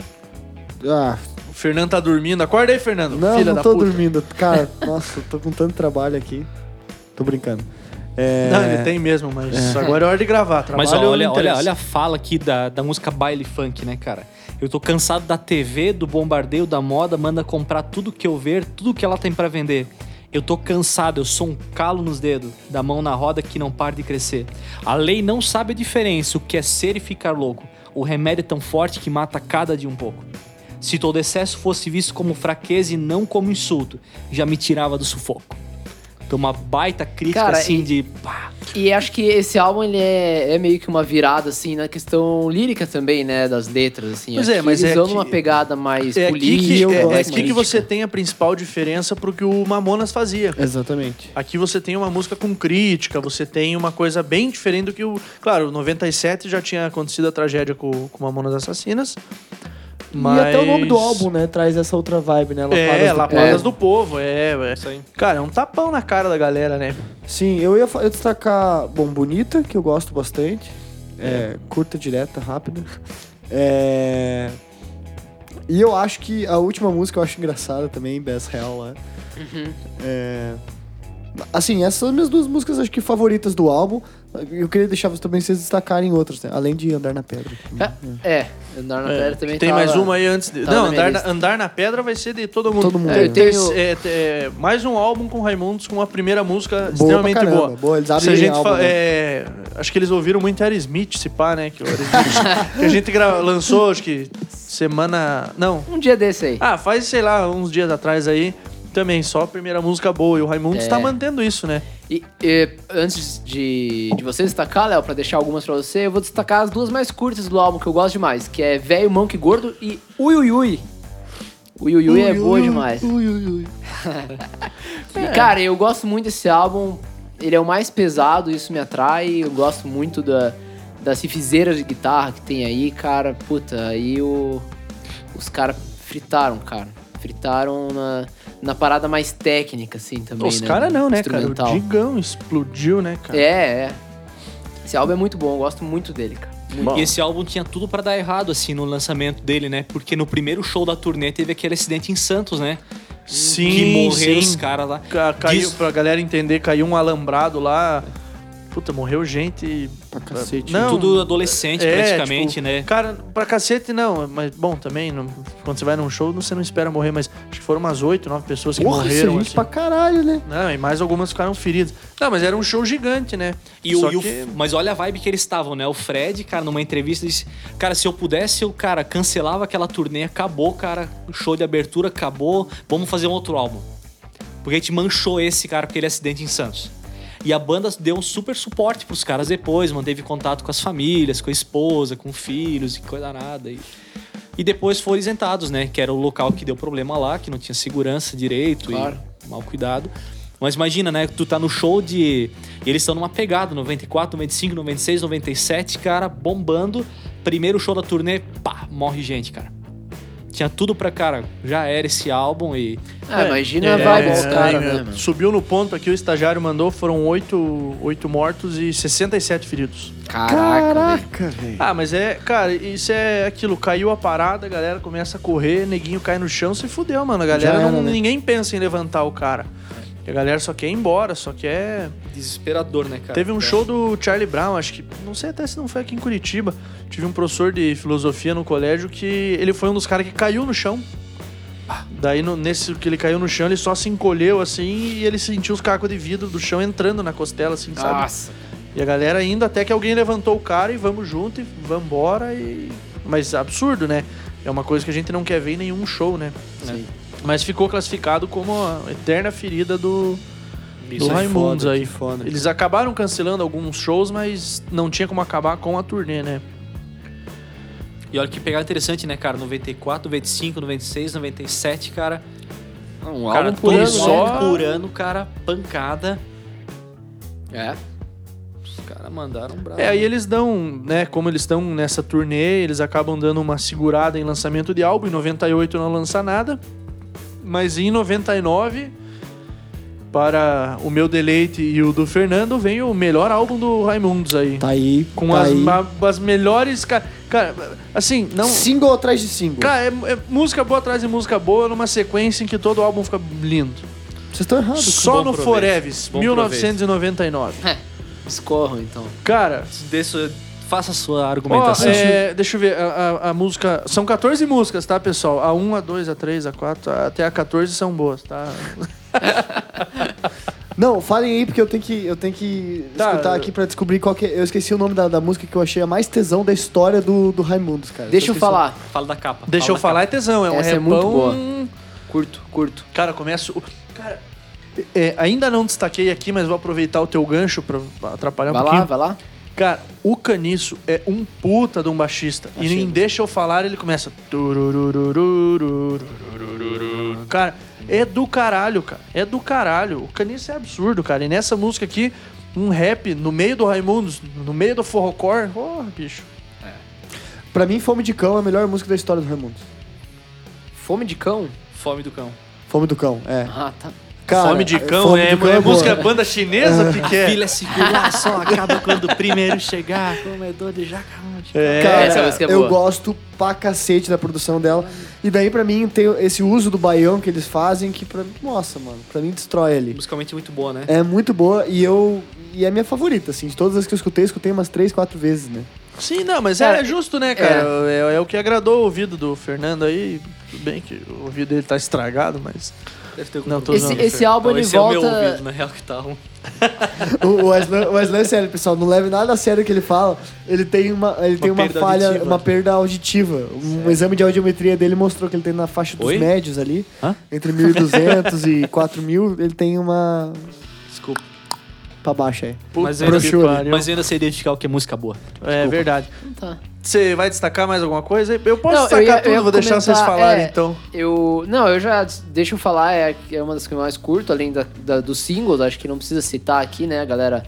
Ah,
O Fernando tá dormindo. Acorda aí, Fernando.
não,
filha
não
da
tô
puta.
dormindo. Cara, nossa, eu tô com tanto trabalho aqui. Tô brincando. É...
Não, ele tem mesmo, mas agora é hora de gravar. Trabalho
Mas ó, olha,
não
olha,
interessa.
olha a fala aqui da, da música baile funk, né, cara? Eu tô cansado da TV, do bombardeio, da moda, manda comprar tudo que eu ver, tudo que ela tem pra vender. Eu tô cansado, eu sou um calo nos dedos, da mão na roda que não para de crescer. A lei não sabe a diferença, o que é ser e ficar louco. O remédio é tão forte que mata cada dia um pouco. Se todo excesso fosse visto como fraqueza e não como insulto, já me tirava do sufoco. Então uma baita crítica
Cara,
assim
e-
de... pá,
E acho que esse álbum ele é, é meio que uma virada assim na questão lírica também, né, das letras assim.
Pois é,
Aqui
mas
eles
é
dão
que-
uma pegada mais
É aqui,
política.
que,
eu
é- é
gosto
aqui que
mais.
você tem a principal diferença pro que o Mamonas fazia.
Exatamente.
Aqui você tem uma música com crítica, você tem uma coisa bem diferente do que o. Claro, 97 já tinha acontecido a tragédia com, com Mamonas Assassinas. Mas...
E até o nome do álbum, né, traz essa outra vibe, né?
É,
do
Lapadas
Povo.
do Povo, é, é. Cara, é um tapão na cara da galera, né?
Sim, eu ia fa- eu destacar Bom Bonita, que eu gosto bastante. É, curta, direta, rápida. É, E eu acho que a última música eu acho engraçada também, Best Hell lá. É, Assim, essas são as minhas duas músicas acho que favoritas do álbum. Eu queria deixar vocês também vocês destacarem outras, né? Além de Andar na Pedra.
É, andar na pedra também
Tem
tava-
mais uma aí antes de.
tava
Não,
na minha
andar na,
lista.
Andar na pedra vai ser de todo mundo.
Todo mundo.
Tem-
Eu tenho-
tem- é, é, mais um álbum com Raimundos com a primeira música
Boa pra
extremamente
caramba.
boa.
Eles
Se
abrem
a gente
álbum,
fa-
né?
é, acho que eles ouviram muito Aerosmith, se pá, né? Que, o Aerosmith- que a gente gra- lançou, acho que semana. Não.
Um dia desse aí.
Ah, faz, sei lá, uns dias atrás aí. Também, só a primeira música boa. E o Raimundos
É.
tá mantendo isso, né?
E, e, antes de, de você destacar, Léo, pra deixar algumas pra você, eu vou destacar as duas mais curtas do álbum que eu gosto demais, que é Velho Monkey Gordo e Ui Ui Ui. Ui Ui Ui é boa demais.
Ui, ui, ui.
É.
E, cara, eu gosto muito desse álbum. Ele é o mais pesado, isso me atrai. Eu gosto muito da, das rifizeiras de guitarra que tem aí, cara. Puta, aí o, os caras fritaram, cara. Fritaram na, na parada mais técnica, assim, também.
Os caras não, né, cara? O
Instrumental.
Digão explodiu, né, cara?
É, é. Esse álbum é muito bom, eu gosto muito dele, cara.
Bom.
E esse álbum tinha tudo pra dar errado, assim, no lançamento dele, né? Porque no primeiro show da turnê teve aquele acidente em Santos, né?
Sim,
que morreram
sim.
os caras lá.
Ca- Caiu,
Diz-
pra galera entender, caiu um alambrado lá. Puta, morreu gente
pra cacete.
Não,
Tudo adolescente,
É,
praticamente,
tipo,
né?
Cara, pra cacete não, mas bom, também, não- quando você vai num show, você não espera morrer, mas acho que foram umas oito, nove pessoas que
Porra, isso é
morreram.
gente
assim.
pra caralho, né?
Não, e mais algumas ficaram feridas. Não, mas era um show gigante, né?
E
Só
o, e o-
que-
Mas olha a vibe que eles estavam, né? O Fred, cara, numa entrevista disse: Cara, se eu pudesse, eu, cara, cancelava aquela turnê, acabou, cara. O show de abertura acabou, vamos fazer um outro álbum. Porque a gente manchou esse, cara, com aquele acidente em Santos. E a banda deu um super suporte pros caras depois, manteve contato com as famílias, com a esposa, com filhos e coisa nada. E, e depois foram isentados, né? Que era o local que deu problema lá, que não tinha segurança direito
Claro.
e mal cuidado. Mas imagina, né? Tu tá no show de. E eles estão numa pegada, 94, 95, 96, 97, cara, bombando. Primeiro show da turnê, pá, morre gente, cara. Tinha tudo pra, cara, já era esse álbum e.
Ah,
É,
imagina
é,
a vibe dos
é,
caras,
é,
né, mano?
Subiu no ponto aqui, o estagiário mandou, foram oito, oito mortos e 67 feridos.
Caraca, velho.
velho.
Ah, mas é, cara, isso é aquilo, caiu a parada, a galera começa a correr, neguinho cai no chão, se fudeu, mano. A galera
Já era,
não,
né?
ninguém pensa em levantar o cara. A galera só quer ir embora, só quer
Desesperador, né, cara?
Teve um show do Charlie Brown, acho que. Não sei até se não foi aqui em Curitiba. Tive um professor de filosofia no colégio que ele foi um dos caras que caiu no chão. Daí, no- nesse que ele caiu no chão, ele só se encolheu assim e ele sentiu os cacos de vidro do chão entrando na costela, assim, sabe?
Nossa.
E a galera indo até que alguém levantou o cara e vamos junto e vamos embora e. Mas absurdo, né? É uma coisa que a gente não quer ver em nenhum show, né?
Sim.
Mas ficou classificado como a eterna ferida do, do
é
Raimundos
foda,
aí.
que foda.
Eles acabaram cancelando alguns shows, mas não tinha como acabar com a turnê, né?
E olha que pegada interessante, né, cara? 94, 95, 96, 97, cara.
Um
cara,
álbum por
todo
ano,
só-
né?
álbum por ano, cara, pancada.
É.
Os caras
um
mandaram bravo.
É, aí eles dão, né? Como eles estão nessa turnê, eles acabam dando uma segurada em lançamento de álbum. Em 98 não lança nada. Mas em 99, para o meu deleite e o do Fernando, vem o melhor álbum do Raimundos aí.
Tá aí.
Com
tá
as,
aí.
ma- as melhores. ca- Cara, assim, não.
Single atrás de single.
Cara, é, é música boa atrás de música boa numa sequência em que todo álbum fica lindo.
Vocês estão errados.
Só
bom
no
proveito.
Foreves,
Bom
1999.
Escorram, então.
Cara,
Desse- faça a sua
ó,
argumentação.
é, deixa eu ver, a, a- a música. São 14 músicas, tá, pessoal? A 1, a 2, a 3, a 4, a- até a 14 são boas, tá?
Não, falem aí, porque eu tenho que, eu tenho que
Tá,
escutar
eu-
aqui pra descobrir qual que é. Eu esqueci o nome da, da música que eu achei a mais tesão da história do, do Raimundos, cara.
Deixa eu
esqueci.
falar.
Fala da capa.
Deixa eu
fala da
falar, é tesão, é um
Essa é
repão.
muito boa. Curto, curto.
Cara, começa. o- Cara, é, ainda não destaquei aqui, mas vou aproveitar o teu gancho pra atrapalhar um
Vai
pouquinho.
lá, vai lá.
Cara, o Caniço é um puta de um baixista. E nem deixa eu falar, ele começa. turururururururururururu. Cara, é do caralho, cara. É do caralho. O Caniço é absurdo, cara. E nessa música aqui, um rap no meio do Raimundos, no meio do forrocore. Porra, bicho.
Pra mim, Fome de Cão é a melhor música da história do Raimundos.
Fome de cão?
capa. Fome do cão.
Fome do Cão, é.
Ah, tá.
Cara,
Fome de cão,
Fome
é,
do Cão
é
boa.
música banda chinesa que que é?
Filha segura, só acaba quando o primeiro chegar. Comedor de jacarante.
É,
Cara,
essa música é
eu
boa.
gosto pra cacete da produção dela. E daí, pra mim, tem esse uso do baião que eles fazem, que pra mim, nossa, mano, pra mim destrói
É.
ele.
Musicalmente muito boa, né?
É muito boa e eu. E é a minha favorita, assim. De todas as que eu escutei, eu escutei umas três, quatro vezes, né?
Sim, não, mas é, justo, né, cara? É. é o que agradou o ouvido do Fernando aí. Tudo bem que o ouvido dele tá estragado, mas.
Deve ter algum
Não, tô
problema.
usando.
Esse, esse álbum
Então,
ele
esse é o meu
volta.
ouvido, na real, que tá ruim.
O- O Wesley, o Wesley é sério, pessoal. Não leve nada a sério que ele fala. Ele tem uma, ele tem uma
perda
falha,
auditiva.
uma perda auditiva. Um exame de audiometria dele mostrou que ele tem na faixa dos
Oi?
médios ali.
Hã?
Entre 1.200 e 4.000, ele tem uma...
Desculpa.
Pra baixo aí.
Mas
Puta é
ainda,
que
broxou, né?
pariu.
mas eu ainda sei identificar o que é música boa.
É verdade.
Tá.
Você vai destacar mais alguma coisa? Eu posso
Não, eu
destacar
ia- eu
tudo,
ia
vou deixar vocês
comentar,
falarem
é,
então.
Eu. Não, eu já. Deixa eu falar, é, é uma das que eu mais curto, além da, da- dos singles, acho que não precisa citar aqui, né? A galera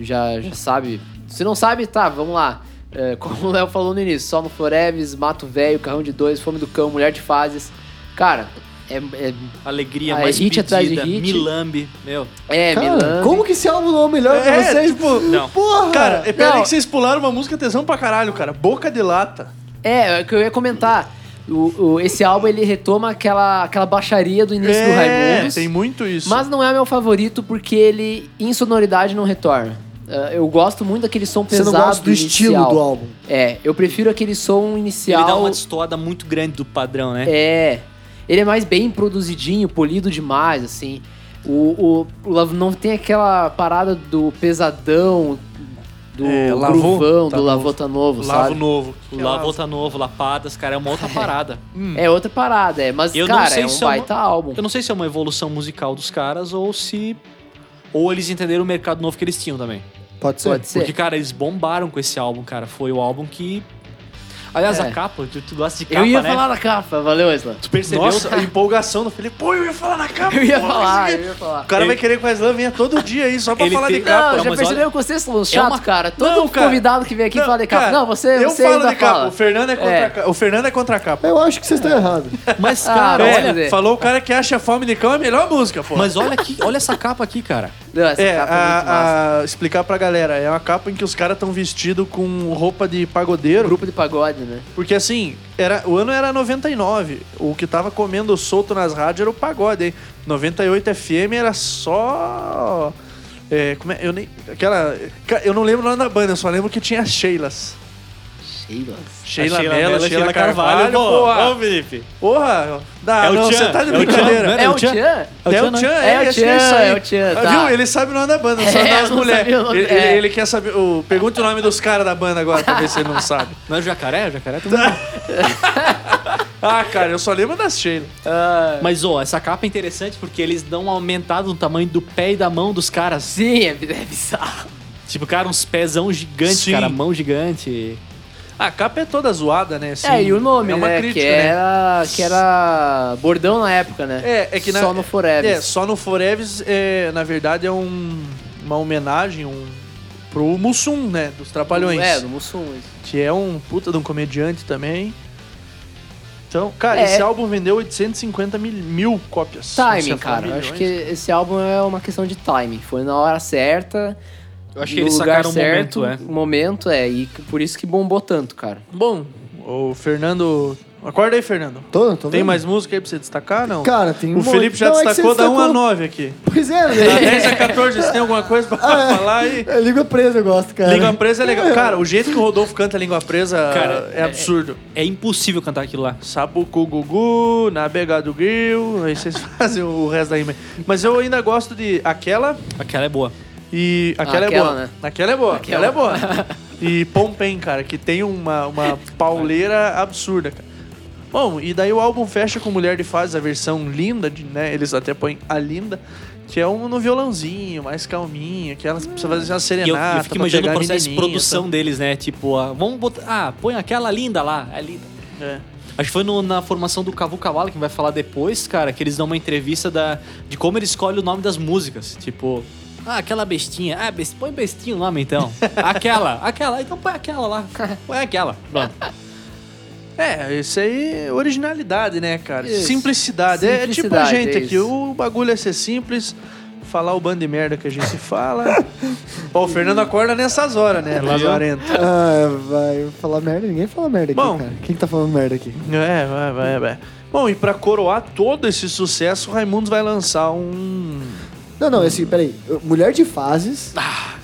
já, já sabe. Se não sabe, tá, vamos lá. É, como o Léo falou no início, Só no Foreves, Mato Velho, Carrão de Dois, Fome do Cão, Mulher de Fases. Cara, é. é-
Alegria
Ah, é
mais
hit
pedida.
atrás de hit.
Milambe. Meu.
É,
Cara,
Milan.
como que esse álbum não é o melhor pra
É,
vocês?
tipo,
não.
Porra!
Cara, é pera aí
Não.
que vocês pularam uma música tesão pra caralho, cara. Boca de lata.
É, é o que eu ia comentar. O, o- esse álbum ele retoma aquela, aquela baixaria do início do
é,
Raimundos.
tem muito isso.
Mas não é meu favorito porque ele, em sonoridade, não retorna. Ah, eu gosto muito daquele som
Você
pesado.
não gosta do estilo
inicial.
do álbum.
É, eu prefiro aquele som
Ele
inicial.
dá uma destoada muito grande do padrão, né?
É. Ele é mais bem produzidinho, polido demais, assim. O, o, o Love não tem aquela parada do pesadão, do
É, lavou,
gruvão,
tá novo.
do Lavota Novo,
Lavo
sabe?
novo.
O Lá volta novo, Lapadas, cara, é uma outra parada.
É outra parada, é. Mas,
Eu não
cara,
sei
é um
se é uma-
baita álbum.
Eu não sei se é uma evolução musical dos caras ou se. Ou eles entenderam o mercado novo que eles tinham também.
Pode ser?
Pode ser.
Porque, cara, eles bombaram com esse álbum, cara. Foi o álbum que. Aliás,
É.
a capa, tu, tu gosta de capa,
Eu ia
né? Tá
falar da capa, valeu, Isla.
Tu percebeu
Nossa.
a empolgação do Felipe? Pô, eu ia falar na capa.
Eu ia
pô,
falar,
esse-
eu ia falar.
O cara
Ele-
vai querer que o Aslan venha todo dia aí só pra
Ele
falar
tem-
de capa.
Não,
Não,
já
mas
perceberam que vocês são chato,
uma-
cara? Todo
Não, cara.
convidado que vem aqui fala de capa.
cara,
não, você,
eu
você
falo
ainda
de capa.
fala.
O Fernando é contra
tá É.
a capa. O Fernando é contra a capa.
Eu acho que vocês estão errados.
Mas,
Ah,
cara,
vai
É,
olha.
dizer.
falou o cara que acha Fome de Cão a melhor música, pô.
Mas olha aqui, olha essa capa aqui, cara.
Não, essa
é,
capa é muito massa.
a, a, explicar pra galera, é uma capa em que os caras estão vestidos com roupa de pagodeiro,
Grupo de pagode, né?
porque assim, era, o ano era 99, o que tava comendo solto nas rádios era o pagode, hein? 98 FM era só... É, como é, eu nem... Aquela... ca- Eu não lembro o nome da banda, eu só lembro que tinha as Sheilas.
Sheilas.
Sheila Mello, Sheila Carvalho,
pô. Ô,
porra.
Felipe.
Porra! Dá,
É o
não,
Tchan,
você tá de
é o Tchan,
brincadeira.
né?
É o
Tchan?
Tchan?
É o
É o
Tchan,
Tchan,
né? É o
é, acho que é
Tchan,
isso aí.
é o Tchan,
Ah,
tá.
Viu? Ele sabe o nome da banda, só
É,
não as
não
mulheres.
sabia o nome,
Ele,
é.
ele- ele quer saber. o- pergunta o nome dos caras da banda agora pra ver se ele não sabe.
Não é o jacaré? O jacaré também.
Ah, cara, eu só lembro das Sheila.
Mas, ó, essa capa é interessante porque eles dão uma aumentada no tamanho do pé e da mão dos caras.
Sim, é, é bizarro.
Tipo, cara, uns pezão gigante,
Sim.
cara, mão gigante.
A capa é toda zoada, né? assim,
é, e o nome,
é uma
né?
Crítica,
que,
né?
Era, que era bordão na época, né?
É, é que na-
Só no Forever.
É, só no Foreves, é, na verdade, é um- uma homenagem um, pro Mussum, né? Dos Trapalhões.
É, do Mussum. isso.
Que é um puta de um comediante também. Então, cara,
É.
esse álbum vendeu 850 mil, mil cópias. Você fala
Timing, cara. Eu
milhões.
acho que esse álbum é uma questão de timing. Foi na hora certa.
Eu acho que
no
eles
lugar
sacaram o
certo,
momento, é.
O momento, é. E que- por isso que bombou tanto, cara.
Bom, o Fernando. Acorda aí, Fernando.
Tá
Tô, tô
Tem
vendo.
mais música aí pra você destacar? Não.
Cara, tem um
o Felipe
monte.
já
Não, é que
destacou
você
da 1 a
destacou-
9 aqui.
Pois é,
Da
né?
10 a 14, você tem alguma coisa pra
Ah,
falar aí?
É, língua presa eu gosto, cara.
Língua presa é legal. Cara, o jeito que o Rodolfo canta a língua presa
Cara,
é absurdo.
É impossível cantar aquilo lá.
Sabucu Gugu, Nabega do Grill, aí vocês fazem o resto da imagem. Mas eu ainda gosto de aquela
Aquela é boa.
e. Aquela, é
aquela,
boa.
né?
Aquela é boa, aquela, é boa. E Pompen, cara, que tem uma, uma pauleira absurda, cara. Bom, e daí o álbum fecha com Mulher de Fase, a versão linda, de, né? Eles até põem a linda, que é um no violãozinho, mais calminha, que elas precisam fazer uma
E eu,
serenata.
eu fico
tá pra
imaginando
pegar
o processo de
menininha,
produção deles, né? Tipo, ah, vamos botar. Ah, põe aquela linda lá. É linda.
sabe? É.
Acho que foi no- na formação do Cavu Cavalo, que vai falar depois, cara, que eles dão uma entrevista da, de como ele escolhe o nome das músicas. Tipo, ah, aquela bestinha. Ah, bes- põe bestinha o nome então. aquela, aquela. Então põe aquela lá. Põe aquela. Pronto.
É, isso aí é originalidade, né, cara?
Isso.
Simplicidade. É- É tipo a
Simplicidade,
gente
é
aqui,
isso.
o bagulho é ser simples, falar o bando de merda que a gente fala. Ó, o Fernando acorda nessas horas, né, lazarento.
Ah, vai falar merda? Ninguém fala merda aqui,
Bom.
cara. Quem que tá falando merda aqui?
É, vai, vai, vai. Bom, e pra coroar todo esse sucesso, o Raimundos vai lançar um...
Não, não, assim, peraí. Mulher de fases.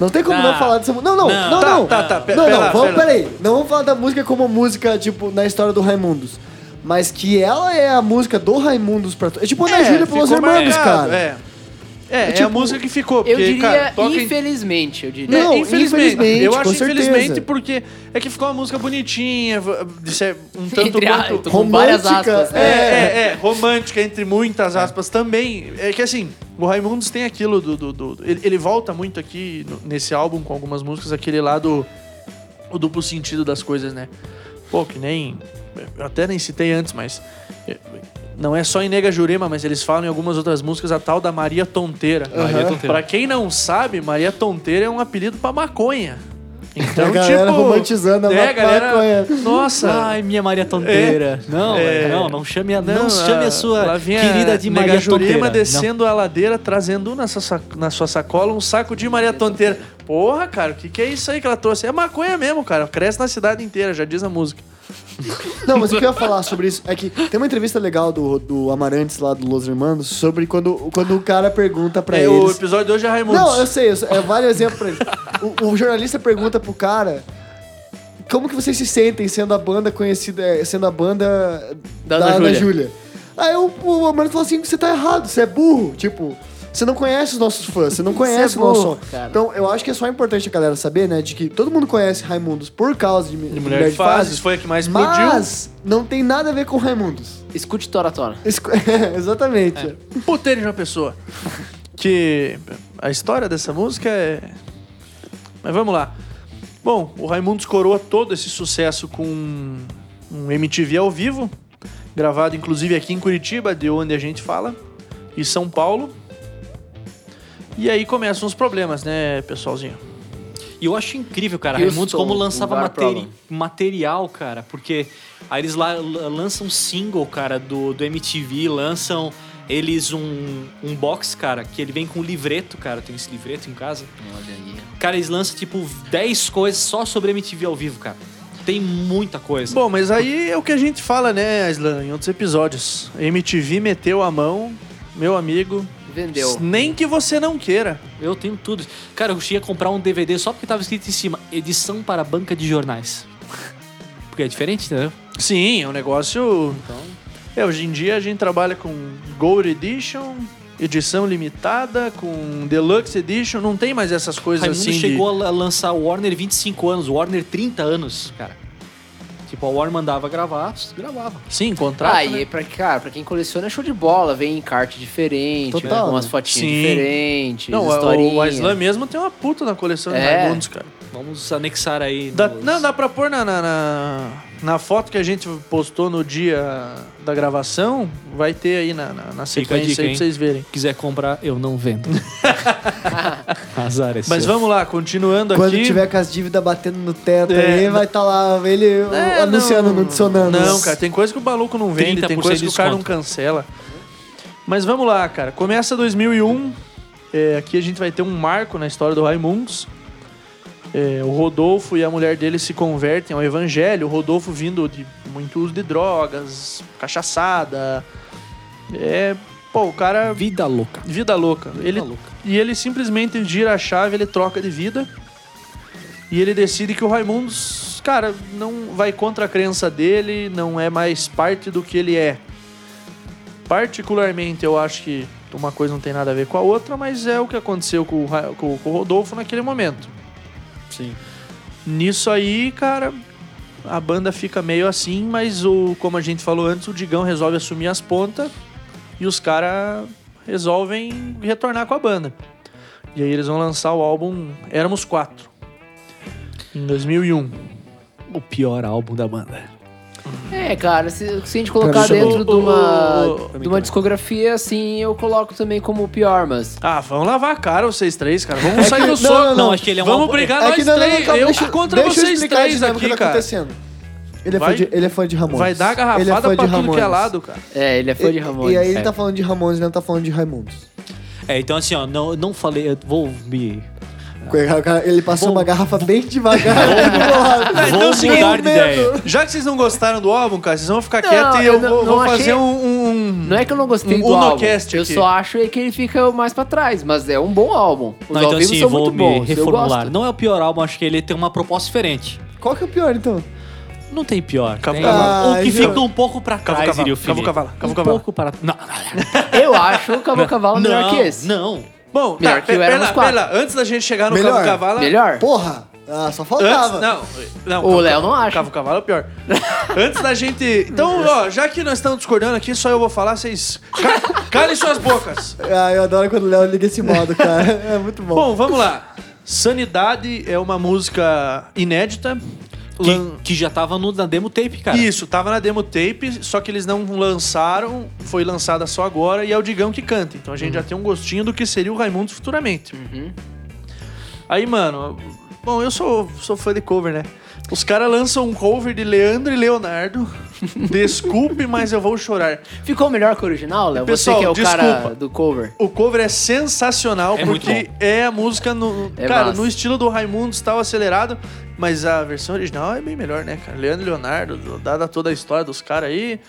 não tem como
não.
não falar dessa música. Não, não,
Não,
não, não.
Ah. tá, tá, tá, pe-
não,
pera
não,
lá,
vamos,
pera lá.
peraí. Não vamos falar da música como música, tipo, na história do Raimundos. Mas que ela é a música do Raimundos pra. to- É tipo Ana
É,
Júlia pelos
ficou
Hermanos,
marcado,
cara.
É, é, é a
tipo,
música que ficou. Porque,
eu diria,
cara, toca em
infelizmente, eu diria.
É,
Não, infelizmente,
eu
com
acho
certeza.
infelizmente porque é que ficou uma música bonitinha, v- isso é um tanto
Entre a-
quanto.
tô com várias
romântica,
aspas. né?
É, é, é, romântica, entre muitas aspas também. É que assim, o Raimundos tem aquilo do. do- do- ele, ele volta muito aqui no- nesse álbum com algumas músicas, aquele lado. o duplo sentido das coisas, né? Pô, que nem. Eu até nem citei antes, mas. é, Não é só em Nega Jurema, mas eles falam em algumas outras músicas a tal da Maria Tonteira.
Maria Tonteira.
Pra quem não sabe, Maria Tonteira é um apelido pra maconha. Então,
A galera
tipo,
romantizando a
é,
maconha.
galera, Nossa,
Ai, minha Maria Tonteira. Não,
É.
não, não chame a, não,
Não, ah,
chame a sua
lá vinha
querida de
nega
Maria
Jurema
Tonteira. Não.
descendo a ladeira, trazendo na sua, sac- na sua sacola um saco de Maria Tonteira. Porra, cara, o que, que é isso aí que ela trouxe? É maconha mesmo, cara. Cresce na cidade inteira, já diz a música.
Não, mas o que eu ia falar sobre isso é que tem uma entrevista legal do, do Amarantes lá do Los Hermanos sobre quando, quando o cara pergunta pra
É, o
eles.
episódio de hoje é Raimundos.
Não, eu sei, eu, é vários exemplos pra eles. O, o jornalista pergunta pro cara como que vocês se sentem sendo a banda conhecida, eh, sendo a banda
Da
da,
Ana
da,
Júlia.
Júlia. Aí o, o Amaro falou assim: você tá errado, você é burro. Tipo, você não conhece os nossos fãs, você não conhece o nosso
burro,
som.
cara.
Então, eu acho que é só importante a galera saber, né, de que todo mundo conhece Raimundos por causa de,
De Mulher de Fases, foi a que mais explodiu.
mas não tem nada a ver com Raimundos.
Escute Tora Tora.
Esco- Exatamente.
Puteiro de uma pessoa. Que a história dessa música é. Mas vamos lá. Bom, o Raimundos coroa todo esse sucesso com um MTV ao vivo, gravado inclusive aqui em Curitiba, de onde a gente fala, e São Paulo. E aí começam os problemas, né, pessoalzinho?
E eu acho incrível, cara.
Houston,
Raimundos como lançava
Lugar
materi-
Problem.
material, cara. Porque aí eles lá la- lançam single, cara, do, do MTV, lançam eles um, um box, cara, que ele vem com um livreto, cara. Eu tenho esse livreto em casa.
Olha aí.
Cara, eles lançam tipo 10 coisas só sobre MTV ao vivo, cara. Tem muita coisa.
Bom, mas aí é o que a gente fala, né, Aslan, em outros episódios. MTV meteu a mão, meu amigo.
Vendeu.
Nem que você não queira.
Eu tenho tudo. Cara, eu cheguei a comprar um DVD só porque tava escrito em cima: edição para banca de jornais. Porque é diferente, entendeu?
Sim, é um negócio.
Então.
É, hoje em dia a gente trabalha com Gold Edition, edição limitada, com Deluxe Edition, não tem mais essas coisas
Raimundo
assim. de-
chegou a lançar o Warner 25 anos, o Warner 30 anos, cara. Tipo, a Warner mandava gravar, gravava.
Sim, contrato.
Ah,
né?
e pra, cara, pra quem coleciona é show de bola, vem em carte diferente,
Total,
vem com umas
né?
fotinhas
Sim.
diferentes,
é
Não,
historinhas.
o- o Islam mesmo tem uma puta na coleção de
É.
Raimundos, cara.
Vamos anexar aí.
Dá,
nos-
não, dá pra pôr na, na, na, na foto que a gente postou no dia da gravação, vai ter aí na, na, na
Fica a
sequência
dica,
aí
hein?
pra vocês verem.
quiser comprar, eu não vendo. Azar é
Mas
seu.
vamos lá, continuando
Quando
aqui.
tiver com as dívidas batendo no teto
É,
aí,
não-
vai estar lá ele
É,
anunciando
não-
no dicionando.
Não, cara, tem coisa que o maluco não vende, tem
30%
coisa que o cara
de
não cancela. Mas vamos lá, cara. Começa 2001. é, aqui a gente vai ter um marco na história do Raimundos. É, o Rodolfo e a mulher dele se convertem ao evangelho. O Rodolfo vindo de muito uso de drogas, cachaçada. É, pô, o cara.
Vida louca.
Vida louca. ele,
Vida louca.
E ele simplesmente gira a chave, ele troca de vida. E ele decide que o Raimundos, cara, não vai contra a crença dele, não é mais parte do que ele é. Particularmente, eu acho que uma coisa não tem nada a ver com a outra, mas é o que aconteceu com o, Ra- com- com o Rodolfo naquele momento.
Sim.
Nisso aí, cara, a banda fica meio assim, mas o, como a gente falou antes, o Digão resolve assumir as pontas e os caras resolvem retornar com a banda. E aí eles vão lançar o álbum Éramos Quatro, em 2001.
O pior álbum da banda.
É, cara, se, se a gente colocar
Pra mim,
dentro
o-
de uma,
o-
de uma discografia, assim, eu coloco também como o pior, mas...
Ah, vamos lavar a cara vocês três, cara. Vamos sair do
É não,
soco.
não, não.
acho que ele é um
vamos
álbum-
brigar
É
nós
que não, não, não,
três.
calma,
eu
deixa,
contra
deixa eu
vocês
explicar a
três
dinâmica
aqui,
que tá
cara.
acontecendo. Ele é,
Vai-
fã de, ele é fã de Ramones.
Vai dar
Ele é
garrafada
fã
pra
de
tudo que é
Ramones.
lado, cara.
É, ele é fã de Ramones.
E, e aí ele
é.
tá falando de Ramones, ele não tá falando de Raimundos.
É, então assim, ó, não, não falei, eu vou me.
É.
O cara- Ele passou
Bom,
uma garrafa bem devagar. ele pulou rápido.
Ah, então
vou
sim,
mudar
eu
de
tenho
ideia.
Já que vocês não gostaram do álbum, cara, vocês vão ficar
Não,
quietos e
eu
eu
não-
vou,
não
vou
achei-
fazer um. um-
Não é que eu não gostei
Um
do álbum,
Unocast
eu
aqui.
só acho é que ele fica mais pra trás, mas é um bom álbum. Os
Não,
ao
então
vivo
assim,
são
vou
muito
me
bons,
reformular.
eu gosto.
Não é o pior álbum, acho que ele tem uma proposta diferente.
Qual que é o pior, então?
Não tem pior.
Cavo
tem
cavalo.
o que
Ah,
fica
viu?
um pouco pra
Cavo
trás,
cavalo,
diria o Felipe.
cavo cavalo, cavo
um
cavalo.
pouco para... Não, não, não.
Eu acho o Cavalo Cavalo melhor que esse.
Não.
Bom,
Melhor
tá,
que
pe-
o Éramos
pera,
Quatro.
pera, antes da gente chegar no
Melhor.
Cavo Cavala.
Melhor?
Porra! Ah, só faltava.
Antes, não, não,
O
Cavo-
Léo não acha.
Cavo Cavalo é o pior. antes da gente. Então, ó, já que nós estamos discordando aqui, só eu vou falar, vocês. Ca- Calem suas bocas.
Ah, eu adoro quando o Léo liga esse modo, cara. É muito bom.
Bom, vamos lá. Sanidade é uma música inédita. Lan-
Que, que já tava no, na demo tape, cara.
Isso, tava na demo tape, só que eles não lançaram, foi lançada só agora e é o Digão que canta. Então a gente já tem um gostinho do que seria o Raimundos futuramente. Aí, mano, bom, eu sou, sou fã de cover, né? Os caras lançam um cover de Leandro e Leonardo Desculpe, mas eu vou chorar.
Ficou melhor que o original, Léo? Você
Pessoal,
que é o cara
desculpa.
do cover.
O cover é sensacional
É muito
porque é a música no,
É
cara,
massa.
no estilo do Raimundo tal acelerado, mas a versão original é bem melhor, né, cara? Leandro e Leonardo, dada toda a história dos caras aí,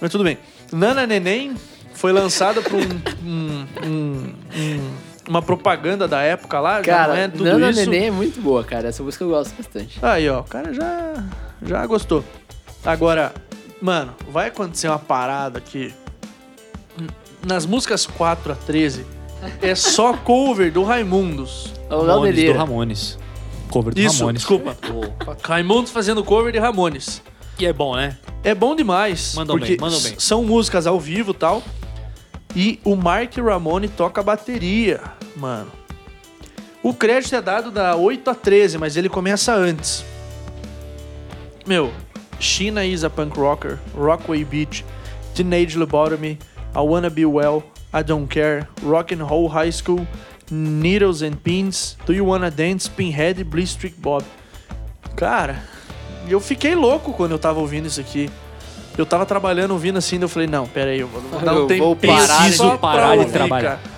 mas tudo bem. Nana Neném foi lançada por um- um- um- um- uma propaganda da época lá, já
Cara,
não é tudo
Nana
isso.
Neném é muito boa, cara. Essa música eu gosto bastante.
Aí, ó, o cara já, já gostou. Agora, mano, vai acontecer uma parada aqui. Nas músicas 4 a 13, é só cover do Raimundos.
É O Léo
do
Delira.
Ramones. Cover do
Isso,
Ramones.
desculpa. Raimundos fazendo cover de Ramones.
E é bom, né?
É bom demais.
Mandam
porque
bem, mandam
s-
bem.
São músicas ao vivo e tal. E o Mark Ramone toca bateria, mano. O crédito é dado da 8 a 13, mas ele começa antes. Meu, China is a punk rocker, Rockaway Beach, Teenage Lobotomy, I Wanna Be Well, I Don't Care, Rock and Roll High School, Needles and Pins, Do You Wanna Dance, Pinhead e Bliss Street Bob. Cara, eu fiquei louco quando eu tava ouvindo isso aqui. Eu tava trabalhando ouvindo assim, daí eu falei, não, pera aí, eu vou vou dar um
Eu
tempinho
vou parar
de-
só pra
parar de
ouvir,
trabalhar.
cara.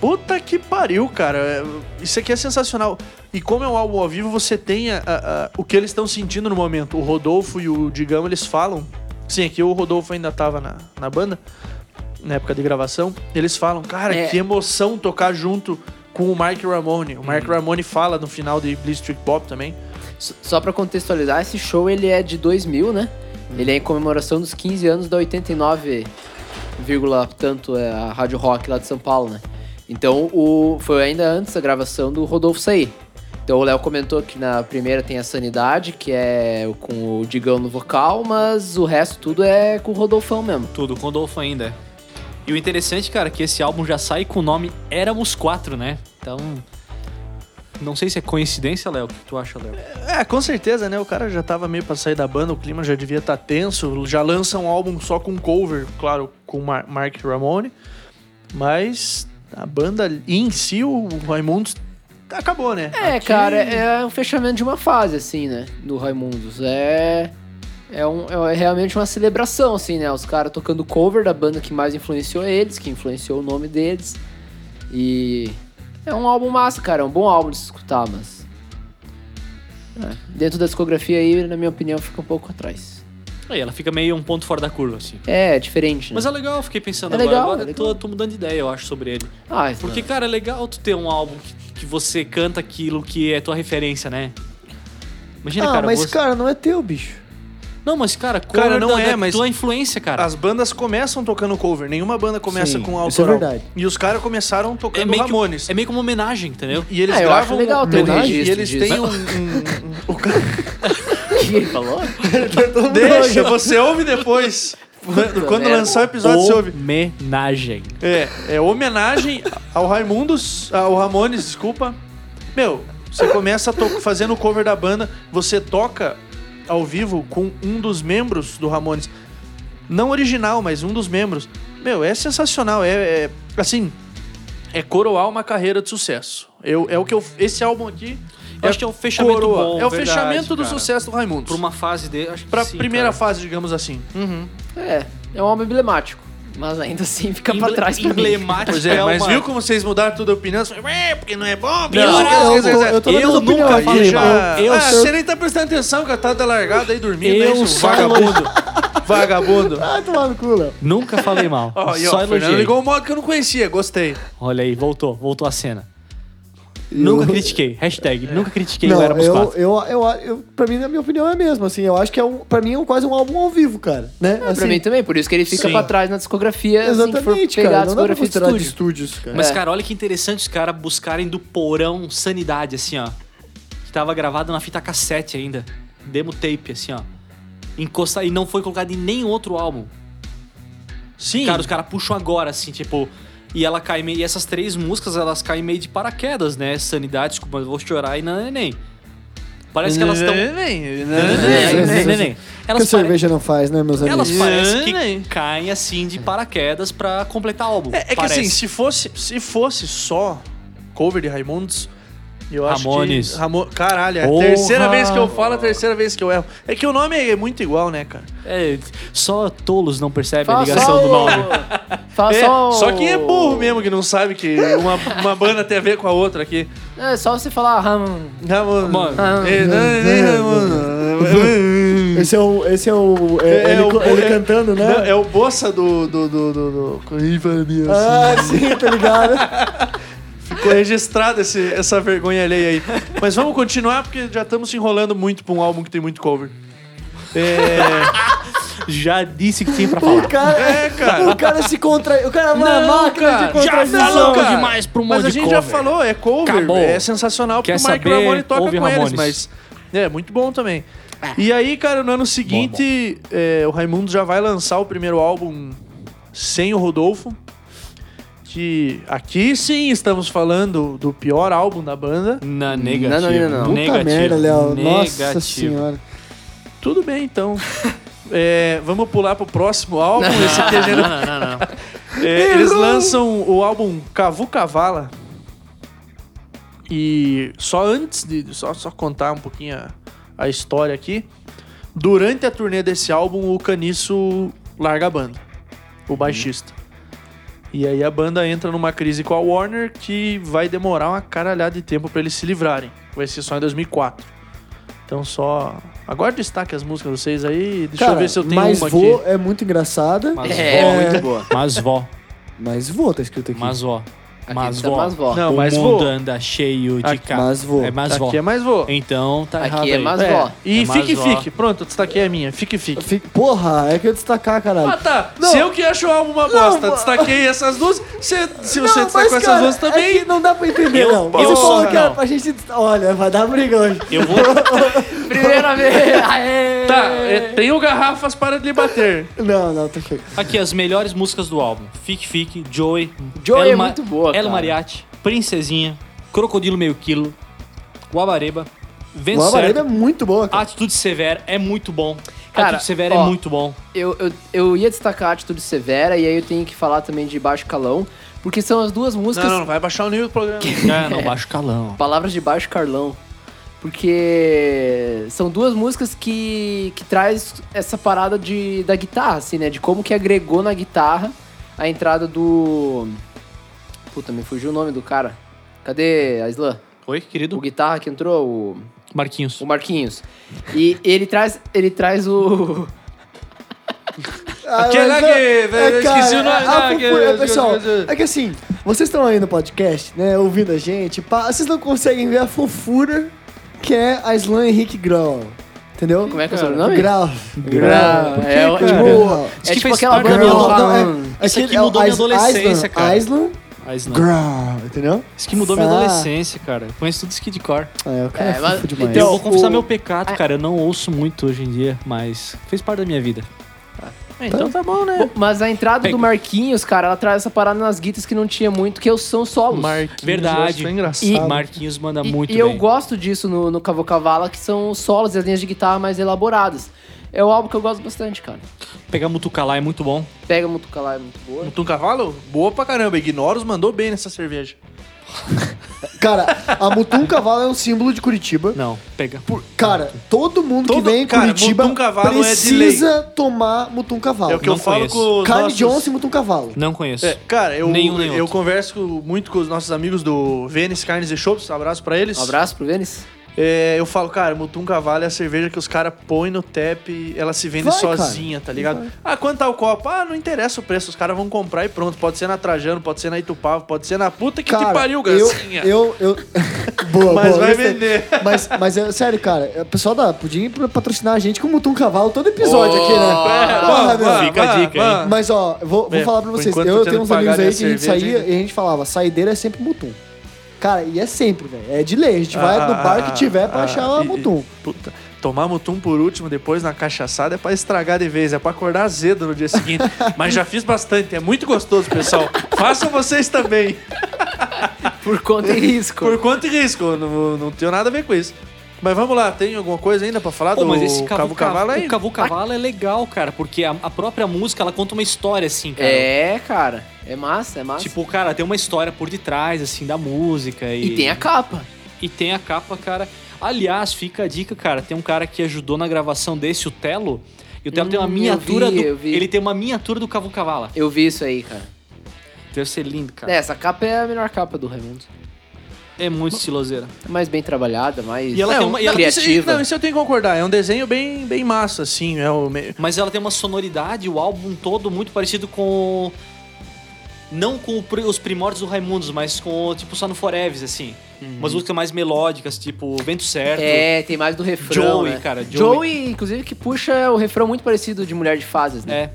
Puta que pariu, cara. É, Isso aqui é sensacional. E como é um álbum ao vivo, você tem a- a- a- o que eles estão sentindo no momento. O Rodolfo e o Digão, eles falam. Sim, aqui o Rodolfo ainda tava na, na banda, na época de gravação. Eles falam, cara,
É.
que emoção tocar junto com o Mark Ramone. O
Uhum.
Mark Ramone fala no final de Bliss Street Pop também.
S- Só pra contextualizar, esse show ele é de 2000, né? Ele é em comemoração dos 15 anos da 89, vírgula, tanto é a Rádio Rock lá de São Paulo, né? Então o, foi ainda antes da gravação do Rodolfo sair. Então o Léo comentou que na primeira tem a Sanidade, que é com o Digão no vocal, mas o resto tudo é com o Rodolfão mesmo.
Tudo, com o Dolfo ainda. E o interessante, cara, é que esse álbum já sai com o nome Éramos Quatro, né? Então. Não sei se é coincidência, Léo. O que tu acha, Léo?
É, com certeza, né? O cara já tava meio pra sair da banda, o clima já devia estar tenso. Já lança um álbum só com cover, claro, com Mar Mark Ramone. Mas a banda em si, o Raimundos, acabou, né?
É,
Aqui-
cara, é o fechamento de uma fase, assim, né? Do Raimundos. É. É, um, é realmente uma celebração, assim, né? Os caras tocando cover da banda que mais influenciou eles, que influenciou o nome deles. E. É um álbum massa, cara. É um bom álbum de se escutar, mas. é, dentro da discografia aí, na minha opinião, fica um pouco atrás.
Aí ela fica meio um ponto fora da curva, assim.
É, é diferente, né?
Mas é legal, eu fiquei pensando
É
agora.
legal,
agora
é
eu tô,
legal.
tô mudando de ideia, eu acho, sobre ele.
Ah,
Porque,
porque.
cara, é legal tu ter um álbum que, que você canta aquilo que é tua referência, né? Imagina,
ah,
cara,
mas
você...
cara, não é teu, bicho.
Não, mas, cara,
Cara, não
da,
é,
da
mas-
tua influência, cara.
As bandas começam tocando cover, nenhuma banda começa
Sim,
com
isso é
autoral.
verdade.
E os caras começaram tocando
É meio que-
Ramones.
É meio como uma homenagem, entendeu?
E eles
Ah, eu acho
gravam
legal ter um
homenagem, e
registro
eles
disso.
têm um, um- um- o cara-
ele falou?
um, Deixa, você ouve depois. Quando
merda.
lançar o episódio, você ouve.
Homenagem.
É, é homenagem ao Raimundos, ao Ramones, desculpa. Meu, você começa to- fazendo o cover da banda, você toca ao vivo com um dos membros do Ramones. Não original, mas um dos membros. Meu, é sensacional. É, é- assim, é coroar uma carreira de sucesso. Eu, é o que eu. Esse álbum aqui.
Eu acho que é o fechamento
coroa.
bom,
É o
verdade,
fechamento do
cara.
sucesso do Raimundos.
Pra
Pra,
uma fase de. Acho que sim,
primeira
cara.
fase, digamos assim.
É, é um álbum emblemático. Mas ainda assim fica pra
Emble-
trás pra mim.
Emblemática.
Pois é,
uma-
mas viu como vocês mudaram toda a opinião? Você fala, "Ué, porque não é bom, pior,
eu-
essas coisas,
eu tô-
essas-
é- eu tô
Eu
na mesma opinião,
nunca falei
eu falei,
já.
mano. Eu
ah,
sou-
você nem tá prestando atenção, que eu tava largado aí dormindo, é
Eu
isso,
sou-
vagabundo. Vagabundo.
Ah, tomar no cu, Léo.
Nunca falei mal.
Ó, e
Só
ó, o Fernando
elogiei.
ligou um modo que eu não conhecia, gostei.
Olha aí, voltou. Voltou a cena. Nunca critiquei. Hashtag, nunca critiquei
Não,
o Éramos
eu,
Quatro.
eu, eu, eu, pra mim, na minha opinião, é a mesma, assim. Eu acho que é um, pra mim é um, quase um álbum ao vivo, cara, né?
É, pra mim também, por isso que ele fica
Sim.
pra trás na discografia. assim, que for
Exatamente,
pegar
cara.
a
Não dá pra
discografia de
considerar de
estúdio.
estúdios, cara.
Mas,
É.
cara, olha que interessante os caras buscarem do porão sanidade, assim, ó. Que tava gravado na fita cassete ainda. Demo tape, assim, ó. Encosta... E não foi colocado em nenhum outro álbum.
Sim.
Cara, os caras puxam agora, assim, tipo. E ela cai meio. E essas três músicas, elas caem meio de paraquedas, né? Sanidade, desculpa, eu vou chorar e não, neném. Parece que elas Né, estão.
Né,
O que a
Elas, pare...
cerveja não faz, né, meus amigos?
elas parecem que
Neném.
caem assim de paraquedas pra completar o álbum.
É, é que
parece.
assim, se fosse, se fosse só cover de Raimundos, Eu acho
Ramones.
Que... Ramo... Caralho, é a
Porra!
terceira vez que eu falo, a terceira vez que eu erro. É que o nome é muito igual, né, cara?
É, só tolos não percebem a
Fala
ligação
só
do
o-
nome.
Fala
É,
só o-
só quem é burro mesmo que não sabe que uma, uma banda tem a ver com a outra aqui.
É só você falar Ramon.
Ramon.
Mano.
É, não, é, Ramon.
Esse é o. Esse é o. É,
É,
ele,
é o-
ele
é-
cantando, né?
Não, É o Bossa do. do, do, do, do- com Ivanilson.
Ah, sim, tá ligado?
Ficou registrada esse- essa vergonha alheia aí. Mas vamos continuar, porque já estamos se enrolando muito pra um álbum que tem muito cover. É,
Já disse que tinha pra
O
falar.
cara,
É, cara.
O cara se contra. O cara tá é uma
Não,
máquina
cara,
de
já
contradição.
falou, cara.
pro
mas a
um de
gente já
cover.
falou, é cover,
Acabou.
é sensacional, porque
Quer
o Mike
saber?
Ramone toca
Ouve
com eles,
Ramones.
mas é muito bom também. E aí, cara, no ano seguinte, é, o Raimundo já vai lançar o primeiro álbum sem o Rodolfo, que aqui sim estamos falando do pior álbum da banda.
Na negativa.
Não, não, não, não.
Puta
Negativo.
merda, Léo. Nossa
Negativo.
senhora.
Tudo bem, então. É, vamos pular pro próximo álbum.
Não,
Esse aqui a gente-
não, não, não, não.
É, eles lançam o álbum Cavu Cavala. E só antes de. Só, só contar um pouquinho a, a história aqui. Durante a turnê desse álbum, o Caniço larga a banda. O baixista. E aí a banda entra numa crise com a Warner que vai demorar uma caralhada de tempo pra eles se livrarem. Vai ser só em 2004. Então só. Agora destaque as músicas de vocês aí. Deixa eu
Cara,
ver se eu tenho
mas
uma
vou
aqui.
é muito engraçada.
Mas
É,
vó.
muito boa.
Mas vó.
Mas vou, tá escrito aqui.
Mas vó.
Aqui
Mas
tá
vó.
Mas vó.
Não,
o
mas
mundo
vou.
anda cheio de
Aqui-
cara.
mas vó.
É mais vó.
Aqui é mais vou.
Então tá
Aqui
errado
é
aí.
mais
É,
vó.
E
É
fique,
mais vó.
fique. Pronto, eu destaquei a minha. Fique, fique.
Fica- Porra, é que eu destacar, caralho.
Ah, tá.
Não.
Se eu que acho o álbum uma bosta,
pô.
destaquei essas duas. Se, se
Não,
você
mas,
destacou essas
cara,
duas também.
é que não dá pra entender,
Eu-
não.
eu
Você
sou-
falou que era
não.
pra gente. Olha, vai dar briga hoje.
Eu vou.
Primeira vez. Aê.
Tá, é, tenho garrafas para lhe bater.
Não, não, tá cheio.
Aqui as melhores músicas do álbum: Fique Fique, Joey.
Joey
El
é
Ma-
muito boa,
El
cara.
Mariachi, Princesinha, Crocodilo Meio Quilo, Guabareba,
O Amarelo é
Vencer.
muito boa, cara.
Atitude Severa é muito bom.
Cara,
Atitude Severa
ó,
é muito bom.
Eu, eu, eu ia destacar a atitude severa e aí eu tenho que falar também de baixo calão, porque são as duas
Não,
músicas
não, vai baixar o nível do programa.
É, não, baixo calão.
Palavras de Baixo Carlão. Porque são duas músicas que, que traz essa parada de, da guitarra, assim, né? De como que agregou na guitarra a entrada do. Puta, me fugiu o nome do cara. Cadê a Slam?
Oi, querido?
O guitarra que entrou, o,
Marquinhos.
o Marquinhos. E ele traz, ele traz o.
Ah,
Aquele
mas
lá que- eu esqueci o nome,
é-
lá,
ah,
que-
procura,
eu-
pessoal,
eu-
é que assim, vocês estão aí no podcast, né, ouvindo a gente, pá, vocês não conseguem ver a fofura que é a Slan Henrique Grau. Entendeu?
Como é que é o sobrenome?
Grau.
Grau.
Por
É,
que,
é
cara?
tipo-
Diz que
É tipo
fez
aquela
parte
banda.
da minha
Grau,
lá- um-
não, é-
"Hum, Isso
aquele-
aqui mudou
é o
minha
Is-
adolescência,
Island-
cara.
Island
Mas não.
Grau, entendeu?
Isso que mudou minha
Ah.
adolescência, cara. Eu conheço tudo Skid Core.
Ah, é, o cara é,
É, mas-
fofo demais.
então-
eu vou confessar
o- Ah.
meu pecado, cara. Eu não ouço muito hoje em dia, mas fez parte da minha vida.
Então tá bom, né?
Bom, Mas a entrada
Pega.
do Marquinhos, cara, ela traz essa parada nas guitas que não tinha muito, que são solos.
Marquinhos, eu acho
Verdade.
que é engraçado.
E Marquinhos manda
E-
Tá muito
e
bem.
eu gosto disso no, no Cavo Cavala, que são os solos e as linhas de guitarra mais elaboradas. É o álbum que eu gosto bastante, cara.
Pegar Mutucalá é muito bom.
Pega muito lá, é muito boa.
Mutum Cavalo? Boa pra caramba. Ignoros mandou bem nessa cerveja.
Cara, a Mutum Cavalo é um símbolo de Curitiba.
Não, pega.
Por- cara, todo mundo
Todo-
que vem em
cara,
Curitiba
Mutum Cavalo é de
precisa tomar Mutum Cavalo.
É o que eu
não
falo
conheço.
com os
Carne
nossos...
de onça e Mutum Cavalo.
Não conheço.
É, cara, eu,
Nenhum, nem
eu
outro.
converso com- muito com os nossos amigos do Vênice Carnes e Shops. Abraço pra eles.
Um abraço pro Vênis.
É, eu falo, cara, Mutum Cavalo é a cerveja que os caras põem no tap e ela se vende
Vai, cara.
sozinha, tá ligado? Ah, quanto tá o copo? Ah, não interessa o preço, os caras vão comprar e pronto. Pode ser na Trajano, pode ser na Itupava, pode ser na puta que te
Cara,
pariu,
eu,
Gracinha.
eu, eu... boa,
Mas
boa,
vai
gostei.
vender.
Mas, mas é sério, cara, o pessoal da Pudim patrocinar a gente com Mutum Cavalo todo episódio aqui, né? Porra,
Vá,
meu.
vá,
Fica a
vá,
dica,
vá.
Mas ó, eu vou, vou
É,
falar pra
por
vocês.
enquanto
Eu,
tô
tenho
tendo
uns
que pagar
amigos aí que a
minha
gente
cerveja né?
saía e a gente falava, saideira é sempre Mutum. Cara, e é sempre, velho. É de lei. A gente vai
Ah,
no bar que tiver pra
ah,
achar a
e-
Mutum.
Puta, tomar Mutum por último, depois na cachaçada, é pra estragar de vez, é pra acordar azedo no dia seguinte. Mas já fiz bastante, é muito gostoso, pessoal. Façam vocês também.
Por conta e risco.
Por quanto risco, não, não tenho nada a ver com isso. Mas vamos lá, tem alguma coisa ainda pra falar
Pô,
do
mas esse
Cavo
Cavu
Cavalo
Cavalo,
aí?
o Cavu Cavalo é legal, cara, porque a, a própria música ela conta uma história assim, cara.
É, cara. É massa, é massa.
Tipo, cara, tem uma história por detrás assim da música e
e tem a capa.
E tem a capa, cara. Aliás, fica a dica, cara. Tem um cara que ajudou na gravação desse, o Telo. E o Telo
Hum,
tem uma
eu
miniatura
vi,
do.
eu vi.
Ele tem uma miniatura do Cavu Cavala.
Eu vi isso aí, cara.
Deve ser lindo, cara.
É, essa capa é a melhor capa do Raimundo.
É, muito estiloseira.
É mais bem trabalhada, mais
E ela tem uma- e ela-
Isso,
É, um criativa.
não, isso eu tenho que concordar. É um desenho bem, bem massa, assim. É o me-
Mas ela tem uma sonoridade, o álbum todo muito parecido com. Não com o pri- os primórdios do Raimundos, mas com, tipo, só no Foreves, assim. Umas músicas mais melódicas, tipo Vento Certo.
É, tem mais do refrão.
Joey,
né?
cara, Joey.
Joey. inclusive, que puxa o refrão muito parecido de Mulher de Fases, né?
É.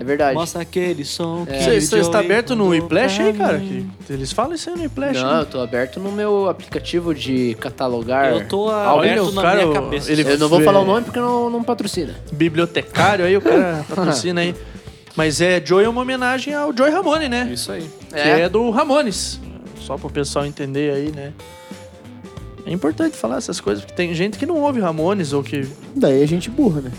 É, verdade. É.
Mostra aquele som que.
Você, você
o
está
Joey
aberto no
mandou
iPlash aí,
É, pra
cara?
mim.
Que eles falam isso aí no iPlash.
Não,
né?
eu tô aberto no meu aplicativo de catalogar.
Eu tô
Olha,
aberto
o
na
cara,
minha cabeça.
ele-
Eu não vou
É.
falar o nome porque não, não patrocina.
Bibliotecário aí, o cara tá patrocina aí. Mas é, Joy é uma homenagem ao Joy Ramone, né?
Isso aí.
Que é. do Ramones. Só pro pessoal entender aí, né? É importante falar essas coisas, porque tem gente que não ouve Ramones ou que.
Daí a gente burra, né?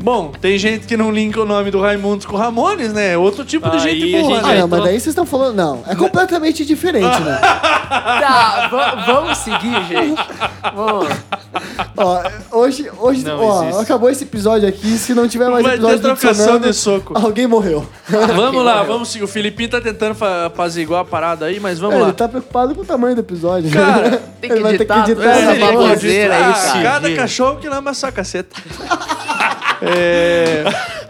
Bom, tem gente que não linka o nome do Raimundos com Ramones, né? Outro tipo de
Aí
gente
a
burra,
gente-
né?
Ah,
eu
não, mas
tô-
daí vocês estão falando. Não, é completamente diferente, né?
Ah.
Tá, va- vamos seguir, gente. Vamos.
Ó, hoje, hoje
Não
ó,
existe.
acabou esse episódio aqui. Se não tiver mais
Vai ter
episódio do
trocação
Tsunami,
de soco.
alguém morreu.
vamos lá,
morreu.
vamos seguir. O Filipinho tá tentando fa- fazer igual a parada aí, mas vamos
É,
lá.
ele tá preocupado com o tamanho do episódio. né?
Cara,
tem que
ele vai ter que
editar né?
editar
tudo
essa
isso,
ele
uma
babosa.
pode
baboseira aí,
editar
cara.
Cada cachorro que lama a sua caceta. É,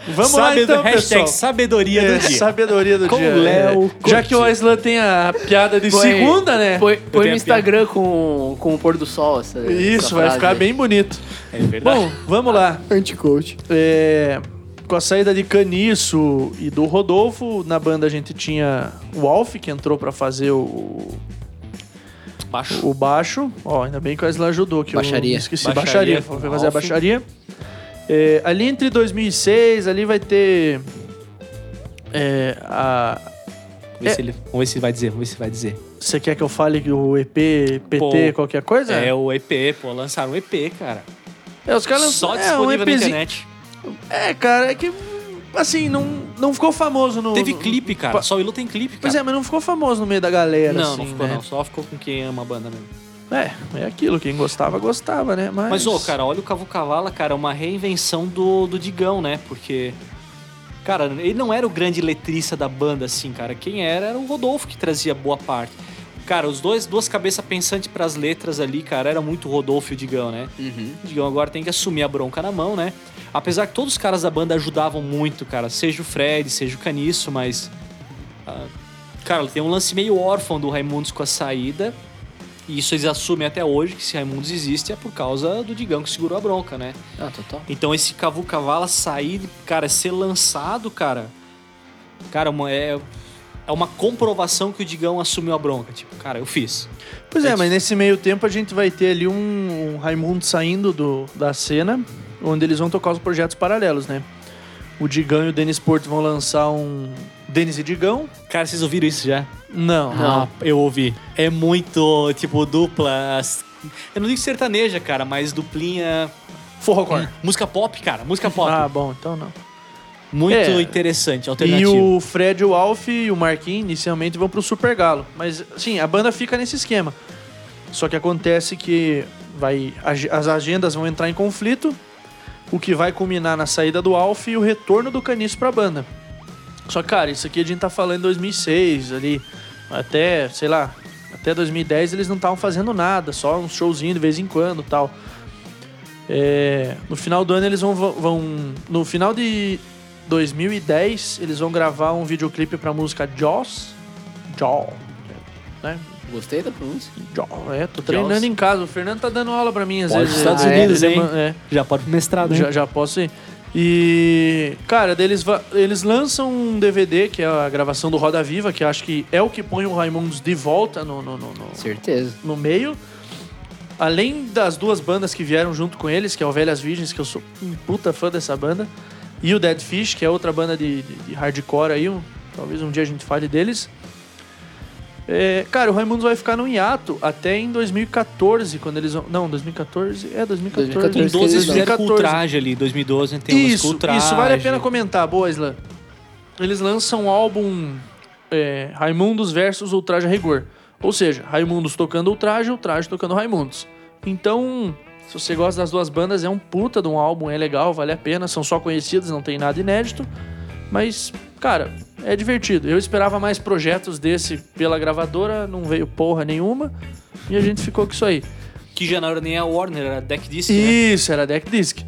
vamos lá
Sabedo-
então,
hashtag
pessoal.
sabedoria
É,
do dia.
sabedoria do
Com
dia.
Léo
é.
Coutinho.
Já que o Aislan tem a piada de
Põe-
segunda, né?
Põe, põe
tenho
no
a
Instagram com, com o pôr do sol. Essa,
Isso,
essa
vai
frase
ficar
aí.
bem bonito.
É verdade.
Bom, vamos lá.
Anti-coach.
É, com a saída de Caniço e do Rodolfo, na banda a gente tinha o Alf, que entrou pra fazer o,
baixo.
o baixo. Ó, ainda bem que o Aislan ajudou. Que
Baixaria.
Eu esqueci,
Baixaria
baixaria.
com
Foi fazer a
Alf.
baixaria. É, ali entre 2006, ali vai ter... é, a-
Vamos ver,
é-
se ele- vamos ver se vai dizer, vamos ver se vai dizer.
Você quer que eu fale que o EP, PT,
Pô,
qualquer coisa?
É, o EP, pô, lançaram um EP, cara.
É, os caras
Só
é, um
disponível na
EPzinho.
internet.
É, cara, é que. Assim, não, não ficou famoso no.
Teve
no-
clipe, cara.
Pa-
Só o Ilu tem clipe, cara.
Pois é, mas não ficou famoso no meio da galera,
não,
assim,
não ficou
né?
não. Só ficou com quem ama a banda mesmo.
É, é aquilo. Quem gostava, gostava, né? Mas,
Mas, ô, cara, olha o Cavu Cavala, cara, é uma reinvenção do, do Digão, né? Porque, cara, ele não era o grande letrista da banda, assim, cara. Quem era era o Rodolfo que trazia boa parte. Cara, os dois, duas cabeças pensantes pras letras ali, cara, era muito o Rodolfo e o Digão, né? O Digão agora tem que assumir a bronca na mão, né? Apesar que todos os caras da banda ajudavam muito, cara. Seja o Fred, seja o Caniço, mas. ah, cara, tem um lance meio órfão do Raimundos com a saída. E isso eles assumem até hoje, que se Raimundos existe é por causa do Digão que segurou a bronca, né?
Ah, total.
Então esse Cavu Cavala sair, cara, ser lançado, cara. Cara, uma- é, é uma comprovação que o Digão assumiu a bronca. Tipo, cara, eu fiz.
Pois é, mas nesse meio tempo a gente vai ter ali um, um Raimundo saindo do, da cena, onde eles vão tocar os projetos paralelos, né? O Digão e o Denis Porto vão lançar um. Denis e Digão?
Cara, vocês ouviram isso já?
Não.
Ah, eu ouvi. É muito, tipo, dupla. Eu não digo sertaneja, cara, mas duplinha. Hum.
Forrocore.
Música pop, cara. Música pop.
Ah, bom, então não.
muito
é.
interessante,
E
alternativo.
o Fred, o Alf e o Marquinhos inicialmente vão pro Super Galo. Mas, assim, a banda fica nesse esquema. Só que acontece que vai, ag- as agendas vão entrar em conflito, o que vai culminar na saída do Alf e o retorno do Caniço pra banda. Só que, cara, isso aqui a gente tá falando em 2006, ali, até, sei lá, até 2010 eles não estavam fazendo nada, só um showzinho de vez em quando tal. É, no final do ano eles vão, vão. No final de 2010, eles vão gravar um videoclipe pra música Jaws. Jaws. Né?
Gostei da pronúncia.
Jaws. É, tô treinando em casa. O Fernando tá dando aula pra mim às
Pode Ah,
vezes.
os Estados
Ele-
Unidos,
ele
hein?
ma- é,
Já pode pro mestrado,
já, já posso ir. E, cara, daí eles, va- eles lançam um DVD, que é a gravação do Roda Viva, que eu acho que é o que põe o Raimundos de volta no- no- no- no,
Certeza.
no meio. Além das duas bandas que vieram junto com eles, que é o Velhas Virgens, que eu sou um puta fã dessa banda, e o Dead Fish, que é outra banda de, de- de hardcore aí, um- talvez um dia a gente fale deles. É, cara, o Raimundos vai ficar no hiato até em 2014, quando eles vão. Não, 2014? É, 2014.
2014.
Em 12 eles fizeram
2014.
com o traje ali, 2012 tem umas com
Isso,
o traje.
isso vale a pena comentar, boa, Isla. Eles lançam um álbum é, Raimundos versus Ultraje a Rigor. Ou seja, Raimundos tocando o traje, o traje tocando Raimundos. Então, se você gosta das duas bandas, é um puta de um álbum, é legal, vale a pena, são só conhecidos, não tem nada inédito. Mas, cara, é divertido. Eu esperava mais projetos desse pela gravadora, não veio porra nenhuma, e a gente ficou com isso aí.
Que já não era nem a Warner, era a Deck Disc, né?
Isso, era Deck Disc.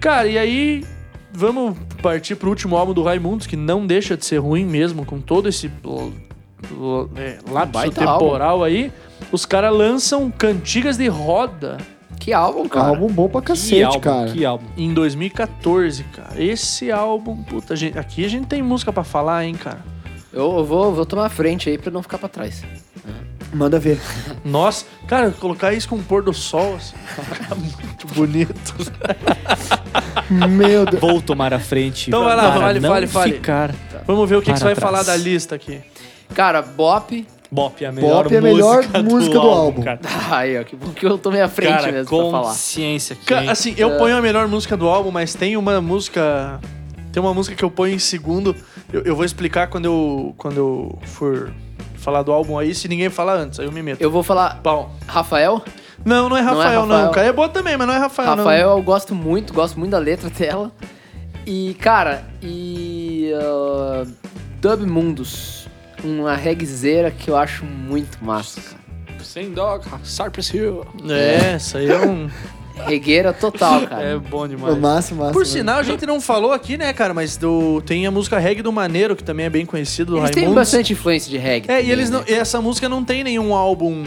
Cara, e aí vamos partir pro último álbum do Raimundos, que não deixa de ser ruim mesmo, com todo esse l- l- é, lapso
baita álbum.
temporal aí. Os caras lançam Cantigas de Roda
Que álbum,
É um
cara.
álbum bom pra
que
cacete,
álbum,
cara.
que álbum.
em 2014, cara. Esse álbum, puta, gente, aqui a gente tem música pra falar, hein, cara.
Eu, eu vou, vou tomar a frente aí pra não ficar pra trás.
Manda ver.
Nossa, cara, colocar isso com o pôr do sol, assim, fica muito bonito.
Meu Deus.
Vou tomar a frente.
Então vai lá,
para
fale,
não
fale, fale.
ficar.
Vamos ver o que, que você
Para
vai falar
trás.
da lista aqui.
Cara, Bop.
Bop é a melhor
Bop é a melhor
música,
música do álbum.
Cara,
Ai, ó, que bom que eu tomei a frente
Cara,
mesmo pra falar.
consciência.
Ca-
quem-
assim,
É.
eu ponho a melhor música do álbum, mas tem uma música. Tem uma música que eu ponho em segundo. Eu, eu vou explicar quando eu, quando eu for falar do álbum aí, se ninguém falar antes, aí eu me meto.
Eu vou falar.
Bom,
Rafael?
não, não é
Não é
Rafael, não.
Rafael.
O cara é boa também, mas não é Rafael,
Rafael eu gosto muito, gosto muito da letra dela. E, cara, e. ah, Dub Mundos. Uma regzeira que eu acho muito massa, cara.
Sem dog, Cypress Hill.
não. É, isso aí é um.
Regueira total, cara.
É bom demais.
Massa, massa.
Por
mano.
sinal, a gente não falou aqui, né, cara? Mas do, tem a música Reggae do Maneiro, que também é bem conhecido, do
eles têm
Raimundos.
bastante influência de reggae.
É, e
também,
eles
né?
não. e essa música não tem nenhum álbum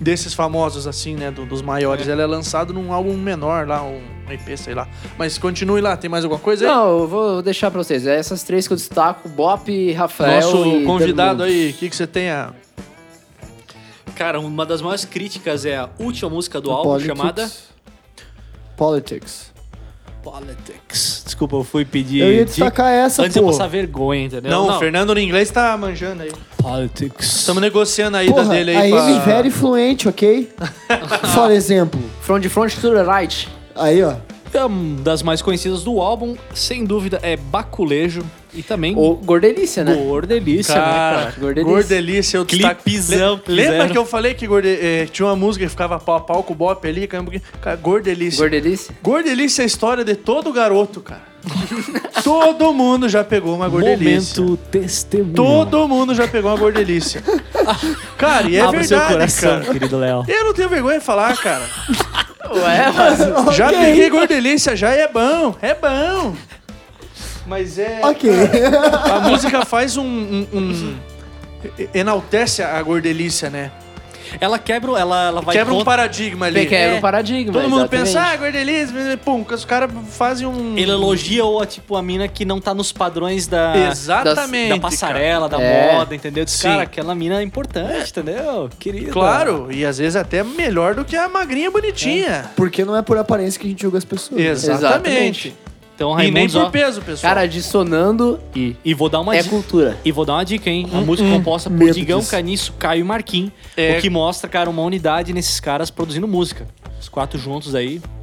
desses famosos, assim, né? do- dos maiores. Ela é lançada num álbum menor lá, um EP, sei lá. Mas continue lá, tem mais alguma coisa aí?
Não, eu vou deixar pra vocês. É essas três que eu destaco: Bop, Rafael.
Nosso
e
convidado
Dub Mundos.
aí, o que, que você tem a.
Cara, uma das maiores críticas é a última música
um
do álbum,
Politics.
chamada...
Politics.
Politics. Desculpa, eu fui pedir...
Eu ia
dica.
destacar essa,
Antes eu
pô.
passar vergonha, entendeu?
Não, o Fernando no inglês tá manjando aí.
Politics.
Estamos negociando a ida
Porra,
dele
a
aí. pra-
Amy very fluente, ok? Só exemplo.
From the front to the right.
Aí, ó.
É Uma das mais conhecidas do álbum, sem dúvida, é Baculejo e também
Ou Gordelícia, né?
Gordelícia, né,
Cara,
cara?
Gordelice.
Gordelice, eu destaco-
Clipezão
Le-
que
Lembra
fizeram.
que eu falei que Gorde- eh, tinha uma música que ficava pau a pau com o Bop ali? Cara, um pouquinho- cara, Gordelice.
Gordelícia.
Gordelice é a história de todo garoto, cara. todo mundo já pegou
né,
uma gordelícia.
Momento testemunho.
Todo mundo já pegou uma gordelícia. cara, e é
Abre seu
verdade,
coração,
cara.
querido Léo.
Eu não tenho vergonha de falar, cara.
Ué, mas.
Já peguei gordelícia, já é bom, é bom. Mas é.
Ok.
A música faz um. um- um- enaltece a gordelícia, né?
Ela quebra, ela, ela vai
Quebra um
contra-
paradigma ali.
Quebra
É.
o um paradigma.
Todo mundo
exatamente.
pensa, ah, gordelícia, pum, os caras fazem um.
Ele elogia ou, tipo, a mina que não tá nos padrões da,
Exatamente.
da passarela, da
É.
moda, entendeu? Diz,
Sim.
cara, aquela mina é importante, entendeu? Querida.
cara. Claro, e às vezes até melhor do que a magrinha bonitinha.
Porque não é por aparência que a gente julga as pessoas. né?
Exatamente.
Então,
E nem
Raimundos,
por
ó,
peso, pessoal.
Cara, dissonando
e, e vou dar uma
é
dica.
cultura.
E vou dar uma dica, hein?
Hum,
Uma música composta por
medo
Digão
disso.
Caniço, Caio e Marquinhos.
É.
O que mostra, cara, uma unidade nesses caras produzindo música. Os quatro juntos aí
Tá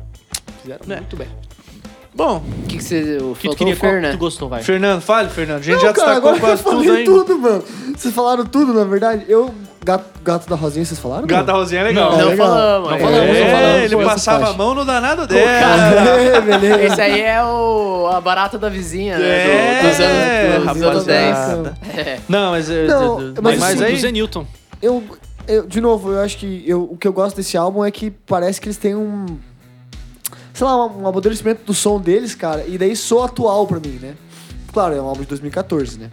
fizeram
É.
muito bem. O
Bom,
O que, que você. O
Né. que tu
faltou
queria?
o Fer,
Qual que
né?
tu gostou, vai?
Fernando, fale, Fernando. A gente
Não,
já
cara,
destacou
agora que eu
quase tudo
falei
aí.
tudo, mano. Vocês falaram tudo, na verdade. Eu, gato, gato da Rosinha, vocês falaram?
Gata Rosinha é legal.
Não,
Não
legal.
falamos,
Não
é.
falamos, não
É,
falamos.
ele
Foi essa
passava a
parte.
mão no danado dela.
É, beleza.
Esse aí é o, a barata da vizinha, né?
É,
Do, dos anos, dos anos
rapaziada.
10.
Não, mas, é,
Não,
d- d-
mas
mas, é,
assim,
aí.
do Zé Newton.
Eu, eu, de novo, eu acho que eu- o que eu gosto desse álbum é que parece que eles têm um. Sei lá, um, um amadurecimento do som deles, cara. E daí soa atual pra mim, né? Claro, é um álbum de 2014, né?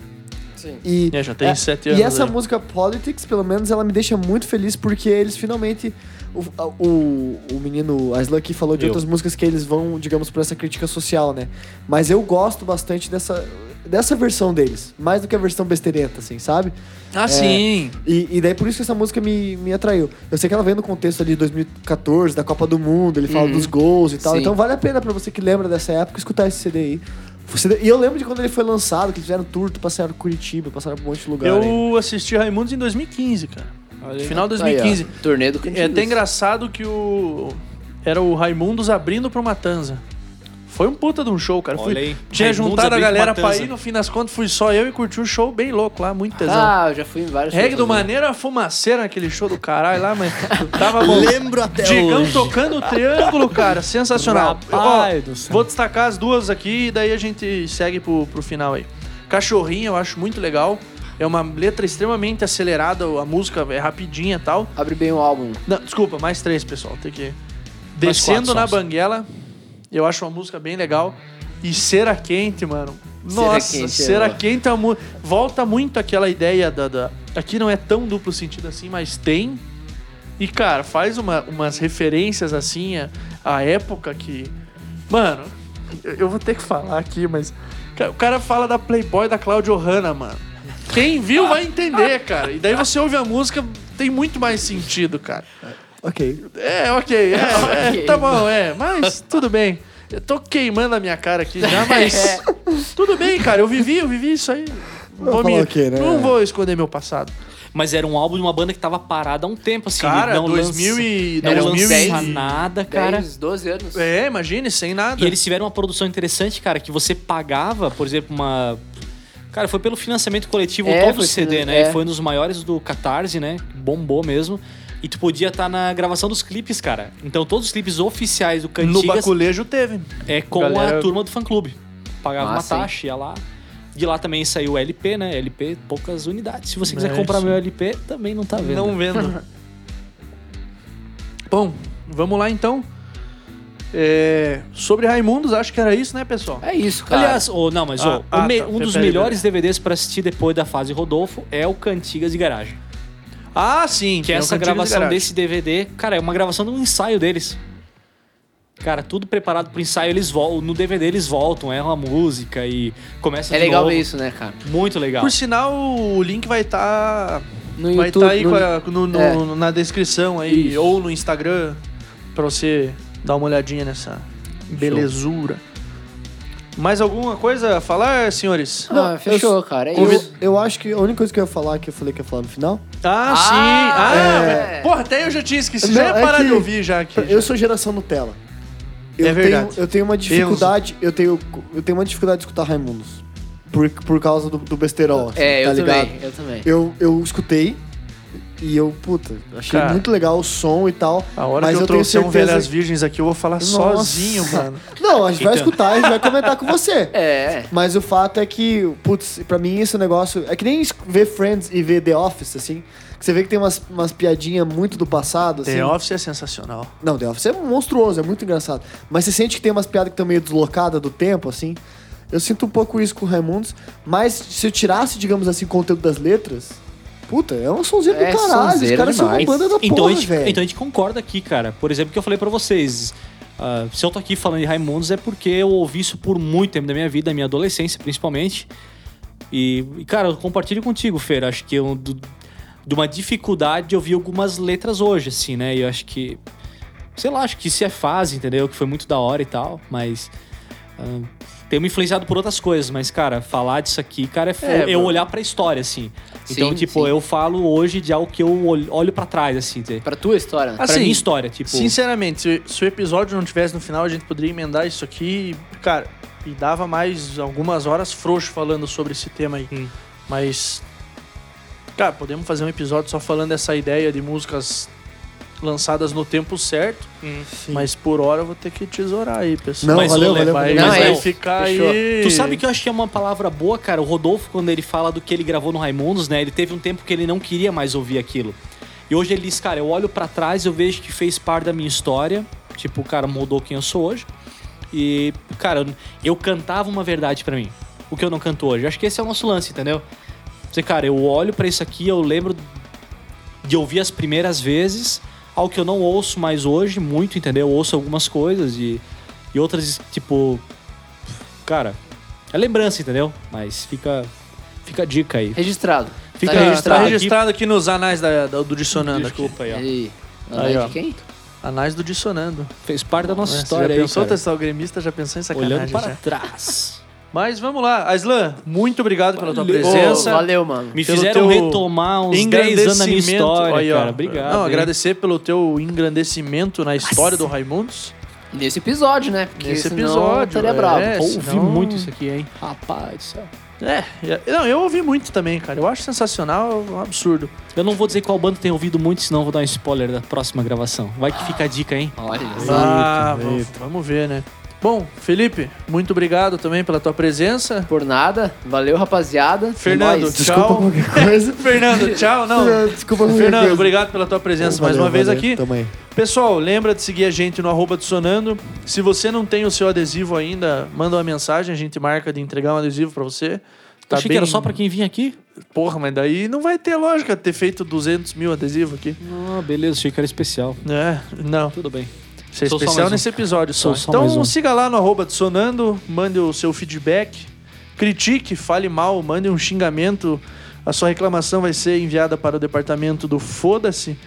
Sim.
E,
É, já tem sete anos
E essa
aí.
música Politics, pelo menos, ela me deixa muito feliz porque eles finalmente. O, a- o, o menino Aslan aqui falou de
Eu.
outras músicas que eles vão, digamos, por essa crítica social, né? Mas eu gosto bastante dessa, dessa versão deles. Mais do que a versão besteirenta, assim, sabe?
Ah, sim.
E, e daí por isso que essa música me, me atraiu. Eu sei que ela vem no contexto ali de 2014, da Copa do Mundo, ele fala dos gols e tal.
Uhum. Sim.
Então vale a pena pra você que lembra dessa época escutar esse CD aí. O CD E eu lembro de quando ele foi lançado, que eles fizeram tour, passaram Curitiba, passaram por um monte de lugar. aí.
Eu assisti Raimundos em 2015, cara. Final de 2015.
Aí, ó, turnê do
É
Cantinho.
até engraçado que o. Era o Raimundos abrindo pro Matanza. Foi um puta de um show, cara. Fui-
Olha aí.
Tinha
Raimundos
juntado a
abrindo
galera
matança.
pra ir, no fim das contas fui só eu e curti um show bem louco lá, muito tesão.
Ah, eu já fui em vários
Reggae do
shows, né?
Maneiro, a fumaceira naquele show do caralho lá, mas tava bom.
Lembro até
Digão
hoje.
tocando o triângulo, cara, sensacional.
Rapaz
Ó,
do céu.
vou destacar as duas aqui e daí a gente segue pro, pro final aí. Cachorrinho, eu acho muito legal. É uma letra extremamente acelerada, a música é rapidinha e tal.
Abre bem o álbum.
Não, desculpa, mais três, pessoal. Tem que. Descendo
quatro
na
sons.
Banguela, eu acho uma música bem legal. E Cera Quente, mano.
Cera
Nossa, Cera
Quente é
Quente,
boa.
é uma mu- Volta muito aquela ideia da, da- Aqui não é tão duplo sentido assim, mas tem. E, cara, faz uma- umas referências assim à, à época que. Mano, eu, eu vou ter que falar aqui, mas. ca- O cara fala da Playboy da Claudio Hanna, mano. Quem viu vai entender, cara. E daí você ouve a música, tem muito mais sentido, cara.
Ok.
É, ok. É, é,
Ok.
tá bom, é. Mas tudo bem. Eu tô queimando a minha cara aqui já, mas.
É.
Tudo bem, cara. Eu vivi, eu vivi isso aí. Vou
falar
me-
o quê, né?
Não vou esconder meu passado.
Mas era um álbum de uma banda que tava parada há um tempo, assim.
Cara,
não
2000
lança-
e.
Não
era
2000
lança
e-
nada, cara.
10, 12 anos.
É, imagine, sem nada.
E eles tiveram uma produção interessante, cara, que você pagava, por exemplo, uma. Cara, foi pelo financiamento coletivo
É,
todo
foi
o CD,
finan-
né?
é.
Foi um dos maiores do Catarse, né? Bombou mesmo. E tu podia estar na gravação dos clipes, cara. Então todos os clipes oficiais do
no
Cantigas
baculejo teve.
é com
Galera-
a turma do fã clube. Pagava
Massa,
uma taxa, ia lá. De lá também saiu o LP, né? LP, poucas unidades. Se você quiser
É,
comprar
sim.
meu LP, também não tá vendo.
Não vendo. bom, vamos lá então. É, sobre Raimundos, acho que era isso, né, pessoal?
É isso, cara.
Aliás, ô, não, mas
Ah,
ô,
ah,
o me-
tá.
um dos
Peraí,
melhores DVDs pra assistir depois da fase Rodolfo é o Cantigas de Garagem.
Ah, sim.
Que
tem
é
o Cantigas
essa
de
gravação
Garagem.
desse DVD, cara, é uma gravação de um ensaio deles. Cara, tudo preparado pro ensaio, eles voltam. No DVD eles voltam, erram a música e começa
é
de
legal
novo.
ver isso, né, cara?
Muito legal.
Por sinal, o link vai estar.
No
vai
YouTube,
estar aí
no-
com a- no- no-
é.
na descrição aí,
Isso.
ou no Instagram, pra você dar uma olhadinha nessa belezura. Mais alguma coisa a falar, senhores?
Ah, fechou, cara. É
Eu,
isso.
eu acho que a única coisa que eu ia falar, que eu falei que ia falar no final,
Ah,
Ah,
sim! Ah,
é.
Porra, até eu já tinha esquecido.
Não,
já ia
é
parar
que-
de ouvir já aqui.
eu sou geração Nutella. Eu
É verdade.
Tenho, eu tenho uma dificuldade, eu tenho, eu tenho uma dificuldade de escutar Raimundos. Por, por causa do, do besterol, assim,
É,
tá
eu
ligado?
também, eu também.
Eu, eu escutei e eu, puta, achei
Cara.
muito legal o som e tal.
A hora
mas
que eu,
eu tenho
trouxer um
certeza
Velhas
que-
Virgens aqui, eu vou falar
Nossa.
sozinho, mano.
Não, a gente
Então.
vai escutar e vai comentar com você.
É.
Mas o fato é que, putz, pra mim esse negócio. É que nem es- ver Friends e ver The Office, assim. Que você vê que tem umas, umas piadinhas muito do passado, assim.
The Office é sensacional.
Não, The Office é monstruoso, é muito engraçado. Mas você sente que tem umas piadas que estão meio deslocadas do tempo, assim. Eu sinto um pouco isso com o Raimundos. Mas se eu tirasse, digamos assim, o conteúdo das letras. Puta, é um sonzeiro
É
do caralho. Os
sonzeiro
caras são uma
demais.
banda da
então,
porra,
a gente,
velho.
então a gente concorda aqui, cara. Por exemplo, o que eu falei pra vocês. ah, se eu tô aqui falando de Raimundos é porque eu ouvi isso por muito tempo da minha vida, da minha adolescência principalmente. E, e, cara, eu compartilho contigo, Fer. Acho que eu, do- de uma dificuldade de ouvir algumas letras hoje, assim, né? E eu acho que. Sei lá, acho que isso é fase, entendeu? Que foi muito da hora e tal, mas. ah, tenho me influenciado por outras coisas, mas, cara, falar disso aqui, cara, é, fo-
É,
eu
bro.
olhar pra história, assim. Então,
Sim,
tipo,
sim.
eu falo hoje de algo que eu olho- olho pra trás, assim, entendeu?
Pra tua história. né?
Ah,
pra
Assim,
minha história, tipo.
Sinceramente, se, se o episódio não tivesse no final, a gente poderia emendar isso aqui, cara, e dava mais algumas horas frouxo falando sobre esse tema aí.
Hum.
Mas, cara, podemos fazer um episódio só falando dessa ideia de músicas lançadas no tempo certo, mas por hora eu vou ter que tesourar aí, pessoal.
Não,
mas
valeu,
ô,
valeu,
vai,
valeu.
mas
Não,
vai
é,
ficar
fechou.
aí.
Tu sabe que eu acho que é uma palavra boa, cara. O Rodolfo, quando ele fala do que ele gravou no Raimundos, né? Ele teve um tempo que ele não queria mais ouvir aquilo. E hoje ele diz, cara, eu olho pra trás, eu vejo que fez parte da minha história. Tipo, cara, mudou quem eu sou hoje. E, cara, eu cantava uma verdade pra mim. O que eu não canto hoje. Acho que esse é o nosso lance, entendeu? Você, cara, eu olho pra isso aqui, eu lembro de ouvir as primeiras vezes, algo que eu não ouço mais hoje, muito, entendeu? Eu ouço algumas coisas e, e outras, tipo. Cara, é lembrança, entendeu? Mas fica, fica a dica aí.
Registrado.
Fica
Tá, tá registrado,
registrado aqui.
aqui nos anais da- da- do Dissonando. aqui.
Desculpa aí, ó.
E
Aí, ó.
de quem?
Anais do Dissonando.
Fez parte da nossa
Né? Você
história
já
aí.
pensou
cara.
testar o gremista? Já pensou em sacanagem?
Olhando para
já.
trás.
Mas vamos lá. Aislan, muito obrigado pela tua
Valeu.
presença.
Ô, valeu, mano.
Me
Pelo teu
fizeram retomar uns 10
engrandecimento.
anos da minha história,
Aí, ó.
cara. Obrigado.
Não,
hein?
agradecer pelo teu engrandecimento na história do Raimundos.
Nesse episódio, né? Porque
Nesse
senão
episódio,
eu estaria
é.
bravo.
É,
Pô,
senão-
ouvi muito isso aqui, hein? Rapaz do céu.
É, é- não, eu ouvi muito também, cara. Eu acho sensacional, um absurdo.
Eu não vou dizer qual banda tem ouvido muito, senão eu vou dar um spoiler da próxima gravação. Vai que fica a dica, hein?
Olha só.
Ah, vamos, vamos ver, né? Bom, Felipe, muito obrigado também pela tua presença.
Por nada. Valeu, rapaziada.
Fernando,
É nóis.
Desculpa
tchau.
qualquer coisa.
Fernando, tchau, não.
Desculpa qualquer
Fernando,
coisa.
obrigado pela tua presença mais
Valeu,
uma vez
valeu.
aqui.
Tamo aí.
Pessoal, lembra de seguir a gente no arroba Dissonando. Se você não tem o seu adesivo ainda, manda uma mensagem, a gente marca de entregar um adesivo pra você. Tá
Achei
bem-
que era só pra quem vinha aqui.
Porra, mas daí não vai ter lógica ter feito 200 mil adesivos aqui.
Ah, beleza, achei que era especial.
É, não.
Tudo bem.
Isso é
Sou só
especial
mais um.
nesse episódio só.
Sou só mais
Então
um.
siga lá no arroba Dissonando, mande o seu feedback, critique, fale mal, mande um xingamento. A sua reclamação vai ser enviada para o departamento do Foda-se.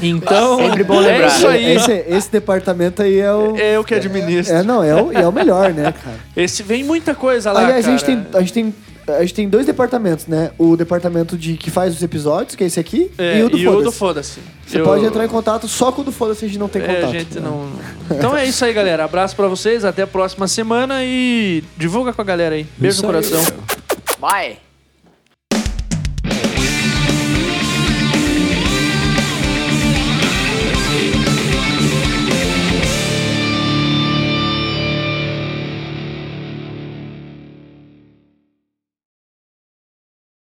Então,
Sempre bom
é
lembrar.
isso aí.
Esse, esse departamento aí é o.
É eu que administro.
É, não, é o, é o melhor, né, cara?
Esse vem muita coisa lá,
Aliás, a gente,
cara.
tem, a, gente tem, a gente tem dois departamentos, né? O departamento de que faz os episódios, que é esse aqui,
É,
e o do Foda-se.
Foda-se.
Você
Eu-
pode entrar em contato só quando o Foda-se a gente não tem
É,
contato.
a gente
né?
não... Então é isso aí, galera. Abraço pra vocês, até a próxima semana e divulga com a galera aí. Beijo no coração.
Vai.